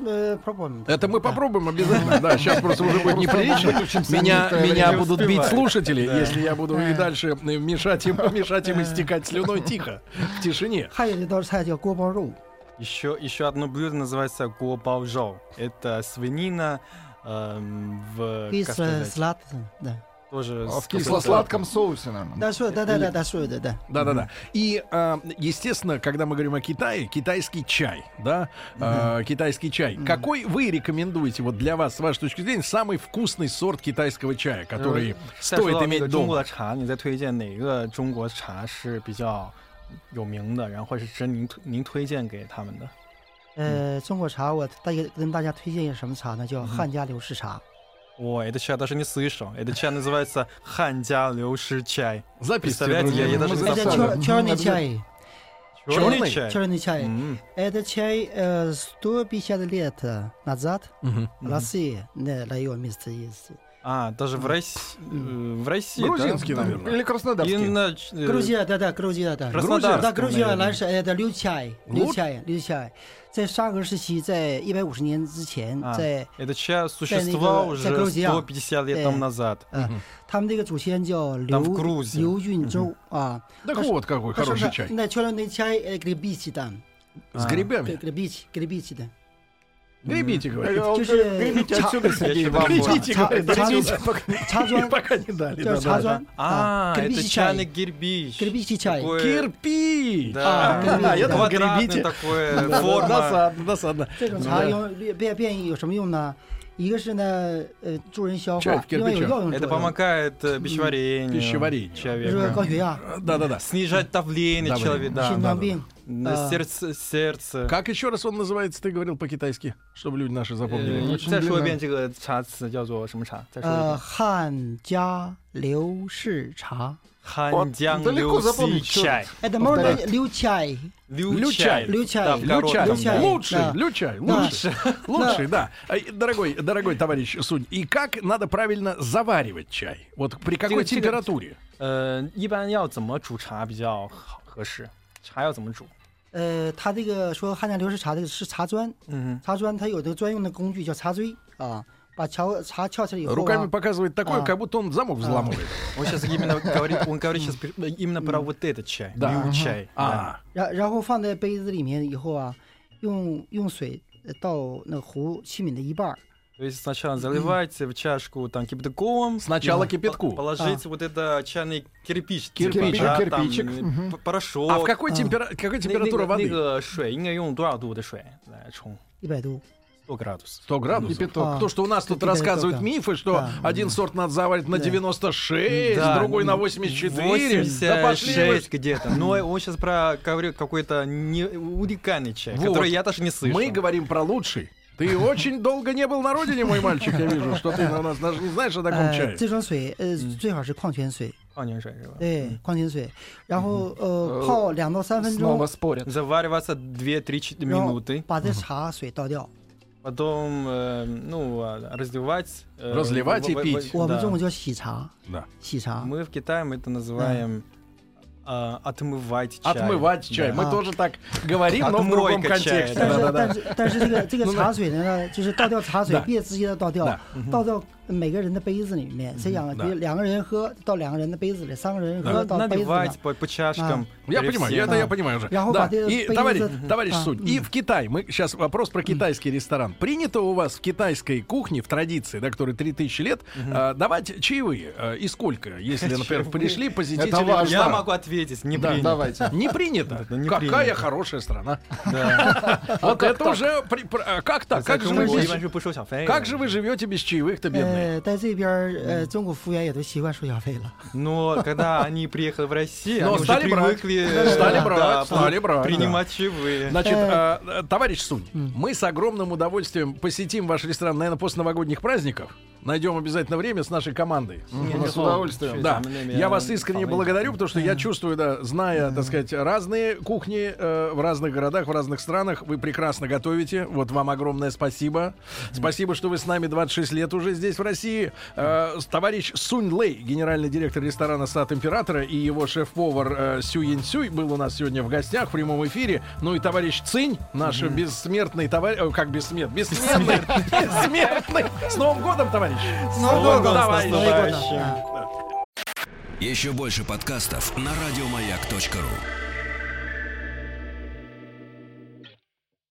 Speaker 2: это мы
Speaker 4: 哎
Speaker 2: попробуем обязательно. Да, сейчас просто уже будет неприлично. Меня,
Speaker 5: не
Speaker 2: меня
Speaker 3: время.
Speaker 2: будут
Speaker 3: Не
Speaker 2: бить
Speaker 3: успеваю.
Speaker 2: слушатели,
Speaker 3: Да.
Speaker 2: если я буду и дальше э, мешать им, мешать им истекать слюной тихо, в тишине.
Speaker 4: 还有一道菜叫锅包肉，
Speaker 3: Еще, еще одно блюдо называется гуобаожоу. Это свинина эм, в...
Speaker 4: 给
Speaker 3: как
Speaker 4: 斯
Speaker 3: сказать,
Speaker 4: 斯拉特，嗯对，
Speaker 3: 嗯 Тоже
Speaker 2: А
Speaker 5: В
Speaker 3: с
Speaker 5: кисло-сладком соусе, наверное.
Speaker 4: 但是对对对，但是对对，
Speaker 2: Да, да, да. И, а, естественно, когда мы говорим о Китае, китайский чай, да, А, китайский чай. Какой вы рекомендуете, вот для вас, с вашей точки зрения, самый вкусный сорт китайского чая, который
Speaker 3: 再说
Speaker 2: стоит
Speaker 3: 到这个
Speaker 2: иметь
Speaker 3: 中国
Speaker 2: дома?
Speaker 3: 的茶，你再推荐哪个中国茶是比较有名的，然后是值得您推您推荐给他们的？
Speaker 4: 呃，中国茶我大家跟大家推荐一个什么茶呢？叫汉家刘氏茶，
Speaker 3: О, это чай даже не слышал. Это чай называется «Ханья Леуши чай».
Speaker 2: Записывайте,
Speaker 3: Ну, Представляете,
Speaker 2: друзья.
Speaker 3: я- я даже не
Speaker 4: 这
Speaker 3: запомнил
Speaker 4: 叫圈圈内菜，
Speaker 3: Черный
Speaker 2: Черный?
Speaker 3: чай.
Speaker 4: 圈内菜，
Speaker 3: М,
Speaker 4: 哎，这菜呃，сто пятьдесят лет назад
Speaker 2: Мгм.
Speaker 4: Россия на на ее место есть。
Speaker 3: А, даже в России... э, В России,
Speaker 2: Грузинский, наверное.
Speaker 5: Или
Speaker 3: да? И
Speaker 5: краснодарский.
Speaker 3: на ч- э,
Speaker 4: 格鲁吉亚，对对，格鲁吉亚，对，
Speaker 3: Краснодар,
Speaker 4: да, 格鲁吉亚
Speaker 3: наверное.
Speaker 4: 来是哎，对，刘恰耶，
Speaker 2: Ну
Speaker 4: 刘恰耶，刘恰耶，在沙俄时期，在一百五十年之前，
Speaker 3: А.
Speaker 4: 在
Speaker 3: Это чай
Speaker 4: на
Speaker 3: существовал
Speaker 4: него-
Speaker 3: уже
Speaker 4: это Грузия.
Speaker 3: 150 лет тому
Speaker 4: Э.
Speaker 3: назад.
Speaker 4: 呃，他们这个祖先叫刘
Speaker 3: 当 Грузия
Speaker 4: 刘运周啊，
Speaker 2: Так вот какой
Speaker 4: 他说
Speaker 2: хороший
Speaker 4: 是
Speaker 2: чай.
Speaker 4: 那确认那恰耶给比起的，
Speaker 2: С
Speaker 3: А.
Speaker 4: 给
Speaker 2: грибами.
Speaker 4: 给比起给比起的，
Speaker 2: Гребите, говорит.
Speaker 4: 就是
Speaker 5: Гребите отсюда, Сергей
Speaker 3: Я
Speaker 5: Иванович.
Speaker 4: читаю.
Speaker 2: Гребите,
Speaker 4: Ца-
Speaker 2: говорит.
Speaker 4: ца-
Speaker 2: гребите,
Speaker 4: 茶砖
Speaker 2: Пока не дали.
Speaker 4: 叫
Speaker 2: да,
Speaker 4: 茶
Speaker 2: да.
Speaker 4: 砖
Speaker 3: А,
Speaker 4: 给比
Speaker 3: это
Speaker 4: 起恰
Speaker 3: чайный
Speaker 4: 耶，
Speaker 3: кирпич.
Speaker 4: 给比起恰耶，
Speaker 3: такой-
Speaker 2: Кирпич.
Speaker 3: Э, Да,
Speaker 4: А, да, я
Speaker 2: думал,
Speaker 3: квадратный
Speaker 2: гребите.
Speaker 3: такой
Speaker 2: Да,
Speaker 3: форма.
Speaker 2: Досадно, досадно.
Speaker 4: 这种
Speaker 2: 嗯
Speaker 4: 茶
Speaker 2: 对
Speaker 4: 用便便于有什么用呢？一个是呢，呃，助人消
Speaker 2: 这
Speaker 4: 化，另外有
Speaker 2: 给比起
Speaker 4: 药用作
Speaker 3: Это
Speaker 4: 用，
Speaker 3: помогает э, пищеварению.
Speaker 2: Пищеварению.
Speaker 4: 比如说
Speaker 3: Человека.
Speaker 4: 高血压、
Speaker 2: Да-да-да.
Speaker 3: Снижать давление
Speaker 2: Давление.
Speaker 3: человека. да.
Speaker 4: 心
Speaker 2: 啊那
Speaker 4: 脏病。
Speaker 3: На
Speaker 4: А.
Speaker 3: сердце, сердце.
Speaker 2: Как еще раз он называется, ты говорил по-китайски, чтобы люди наши
Speaker 3: 呃
Speaker 2: запомнили.
Speaker 3: 你
Speaker 5: очень
Speaker 3: 再说一
Speaker 5: длинно
Speaker 3: 遍这个茶词叫做什么茶？再说
Speaker 2: А.
Speaker 3: 一
Speaker 4: 呃，
Speaker 3: 遍。
Speaker 4: 汉家刘氏茶，
Speaker 3: 汉江
Speaker 5: Вот далеко
Speaker 3: 流
Speaker 5: запомнить
Speaker 3: 西чай，
Speaker 4: 哎，怎么
Speaker 5: 对
Speaker 4: 的刘чай？
Speaker 3: 流
Speaker 2: чай
Speaker 4: 刘恰
Speaker 3: Да,
Speaker 2: 绿
Speaker 3: Лючай.
Speaker 2: чай,
Speaker 4: Лючай.
Speaker 2: лучший,
Speaker 4: Да.
Speaker 2: лючай,
Speaker 4: Да.
Speaker 2: лучший, лучший, да. А, и, Дорогой, дорогой товарищ Сунь, и как надо правильно заваривать чай? Вот при какой
Speaker 3: Тихо, тихо.
Speaker 2: температуре?
Speaker 3: 呃，一般要怎么煮茶比较好合适？茶要怎么煮？
Speaker 4: 呃，他这个说汉家刘氏茶这个是茶砖，
Speaker 3: 嗯，
Speaker 4: 茶砖它有这个专用的工具叫茶锥啊，把桥茶撬起来以
Speaker 3: 呃
Speaker 4: 后、
Speaker 2: Руками
Speaker 4: 啊，
Speaker 2: показывает такое,
Speaker 4: А.
Speaker 2: как будто он замок взламывает.
Speaker 3: Он сейчас именно говорит, он говорит сейчас именно про вот этот чай,
Speaker 2: Да.
Speaker 3: лю чай.
Speaker 2: А,
Speaker 4: 然然后放在杯子里面以后啊，用用水呃倒那壶器皿的一半儿，
Speaker 3: То есть сначала заливайте в чашку там кипятком.
Speaker 2: Сначала
Speaker 3: и
Speaker 2: кипятку.
Speaker 3: по- Положите вот это чайный кирпич.
Speaker 2: Кирпич,
Speaker 3: типа, да,
Speaker 5: кирпичик.
Speaker 3: там, э, п- Порошок.
Speaker 2: а в какой, темпера... какая
Speaker 3: На-
Speaker 2: температура
Speaker 3: на-
Speaker 2: воды?
Speaker 3: На на-水应该用多少度的水来冲？
Speaker 4: 一百度。
Speaker 3: 100 градусов.
Speaker 2: 100 градусов.
Speaker 5: Кипяток.
Speaker 4: А.
Speaker 2: То, что у нас тут
Speaker 4: Кипяток,
Speaker 2: рассказывают
Speaker 4: да.
Speaker 2: мифы, что
Speaker 4: Да.
Speaker 2: один сорт надо заварить на 96,
Speaker 3: Да,
Speaker 2: другой на
Speaker 3: ну,
Speaker 2: 84. да пошли вы.
Speaker 3: 86 где-то. Но он сейчас про говорю какой-то не, уникальный чай,
Speaker 2: Вот.
Speaker 3: который я даже не слышал.
Speaker 2: Мы говорим про лучший. Ты Ты очень долго не был на родине, мой мальчик, я вижу, что ты у нас даже не знаешь о таком
Speaker 4: 呃，
Speaker 2: чае.
Speaker 4: 这种水，呃，
Speaker 3: 嗯
Speaker 4: 最好是矿泉水，
Speaker 3: 矿泉水是吧？
Speaker 4: 对，矿泉水，然后
Speaker 5: 呃
Speaker 4: 呃，泡两到三分
Speaker 5: Снова
Speaker 4: 钟，
Speaker 5: спорят.
Speaker 3: Завариваться 2-3
Speaker 4: 然后
Speaker 3: минуты,
Speaker 4: 把这茶水倒掉。
Speaker 3: потом э, ну, э, разливать. э,
Speaker 2: Разливать и
Speaker 3: в- в- в-
Speaker 2: пить.
Speaker 3: да.
Speaker 4: 我们中国叫洗茶，
Speaker 3: 嗯
Speaker 2: Да.
Speaker 4: 洗茶，
Speaker 3: Мы в Китае мы это называем э, отмывать чай.
Speaker 2: Отмывать чай. Мы
Speaker 4: Да.
Speaker 2: тоже так говорим, но в
Speaker 3: Отмойка
Speaker 2: другом
Speaker 3: чая,
Speaker 2: контексте.
Speaker 4: 哎但是
Speaker 2: Да-да-да.
Speaker 4: 但是但是这 个这个茶水呢， 就是倒掉茶水
Speaker 2: 对，
Speaker 4: 别直接的倒掉，嗯倒到每个人的杯子里面，这样
Speaker 2: 对
Speaker 4: 比如两个人喝到两个人的杯子里，三个人喝
Speaker 3: На-
Speaker 4: 到杯子上
Speaker 3: наливать。по, по чашкам.
Speaker 2: А. Я
Speaker 3: перед
Speaker 2: понимаю,
Speaker 3: всем.
Speaker 2: это я понимаю уже.
Speaker 4: Я
Speaker 2: да.
Speaker 4: вот это
Speaker 2: И
Speaker 4: появился-
Speaker 2: товарищ,
Speaker 4: Мгм.
Speaker 2: товарищ
Speaker 4: А,
Speaker 2: судь, и в Китае, мы сейчас вопрос про китайский ресторан. Принято у вас в китайской кухне, в традиции, да, которой 3000 лет, а, давать чаевые? А, И сколько, если, например, пришли посетители?
Speaker 5: Это важно.
Speaker 2: ресторана?
Speaker 3: Я могу ответить, не
Speaker 2: Да.
Speaker 3: принято.
Speaker 5: Давайте.
Speaker 2: Не принято.
Speaker 3: Да, не
Speaker 2: Какая
Speaker 3: принято.
Speaker 2: хорошая страна.
Speaker 3: Да.
Speaker 2: Вот это уже... при- пр- а, Как так? Как же
Speaker 3: Поэтому
Speaker 2: вы
Speaker 3: я
Speaker 2: здесь-
Speaker 3: раньше пошел小费
Speaker 2: как же вы живете без чаевых-то, бедные?
Speaker 4: 呃，在这边儿呃，中国服务员也都习惯收小费了。
Speaker 3: Но когда они приехали в Россию,
Speaker 2: Но
Speaker 3: они уже
Speaker 2: стали брать.
Speaker 3: привыкли
Speaker 2: Стали
Speaker 3: да,
Speaker 2: брать,
Speaker 3: да,
Speaker 2: стали брать,
Speaker 3: принимать чаевые.
Speaker 2: Значит,
Speaker 4: Э,
Speaker 2: э, э, товарищ Сунь, мы с огромным удовольствием посетим ваш ресторан, наверное, после новогодних праздников. Найдем обязательно время с нашей командой.
Speaker 3: Ну,
Speaker 5: С удовольствием.
Speaker 2: Да, я вас искренне благодарю, потому что я чувствую, да, зная, так сказать, разные кухни э, в разных городах, в разных странах, вы прекрасно готовите. Вот вам огромное спасибо. Спасибо, что вы с нами 26 лет уже здесь, в России. Э, с- Товарищ Сунь Лэй, генеральный директор ресторана «Сад Императора» и его шеф-повар э, Сю Янь Сюй был у нас сегодня в гостях в прямом эфире. Ну и товарищ Цинь, наш бессмертный товарищ... э, Как бессмертный? Бессмертный! Бессмертный! С Новым годом, товарищ! С
Speaker 3: Новым годом, с
Speaker 2: товарищ!
Speaker 3: наступающим!
Speaker 1: Еще больше подкастов на радиомаяк.ру.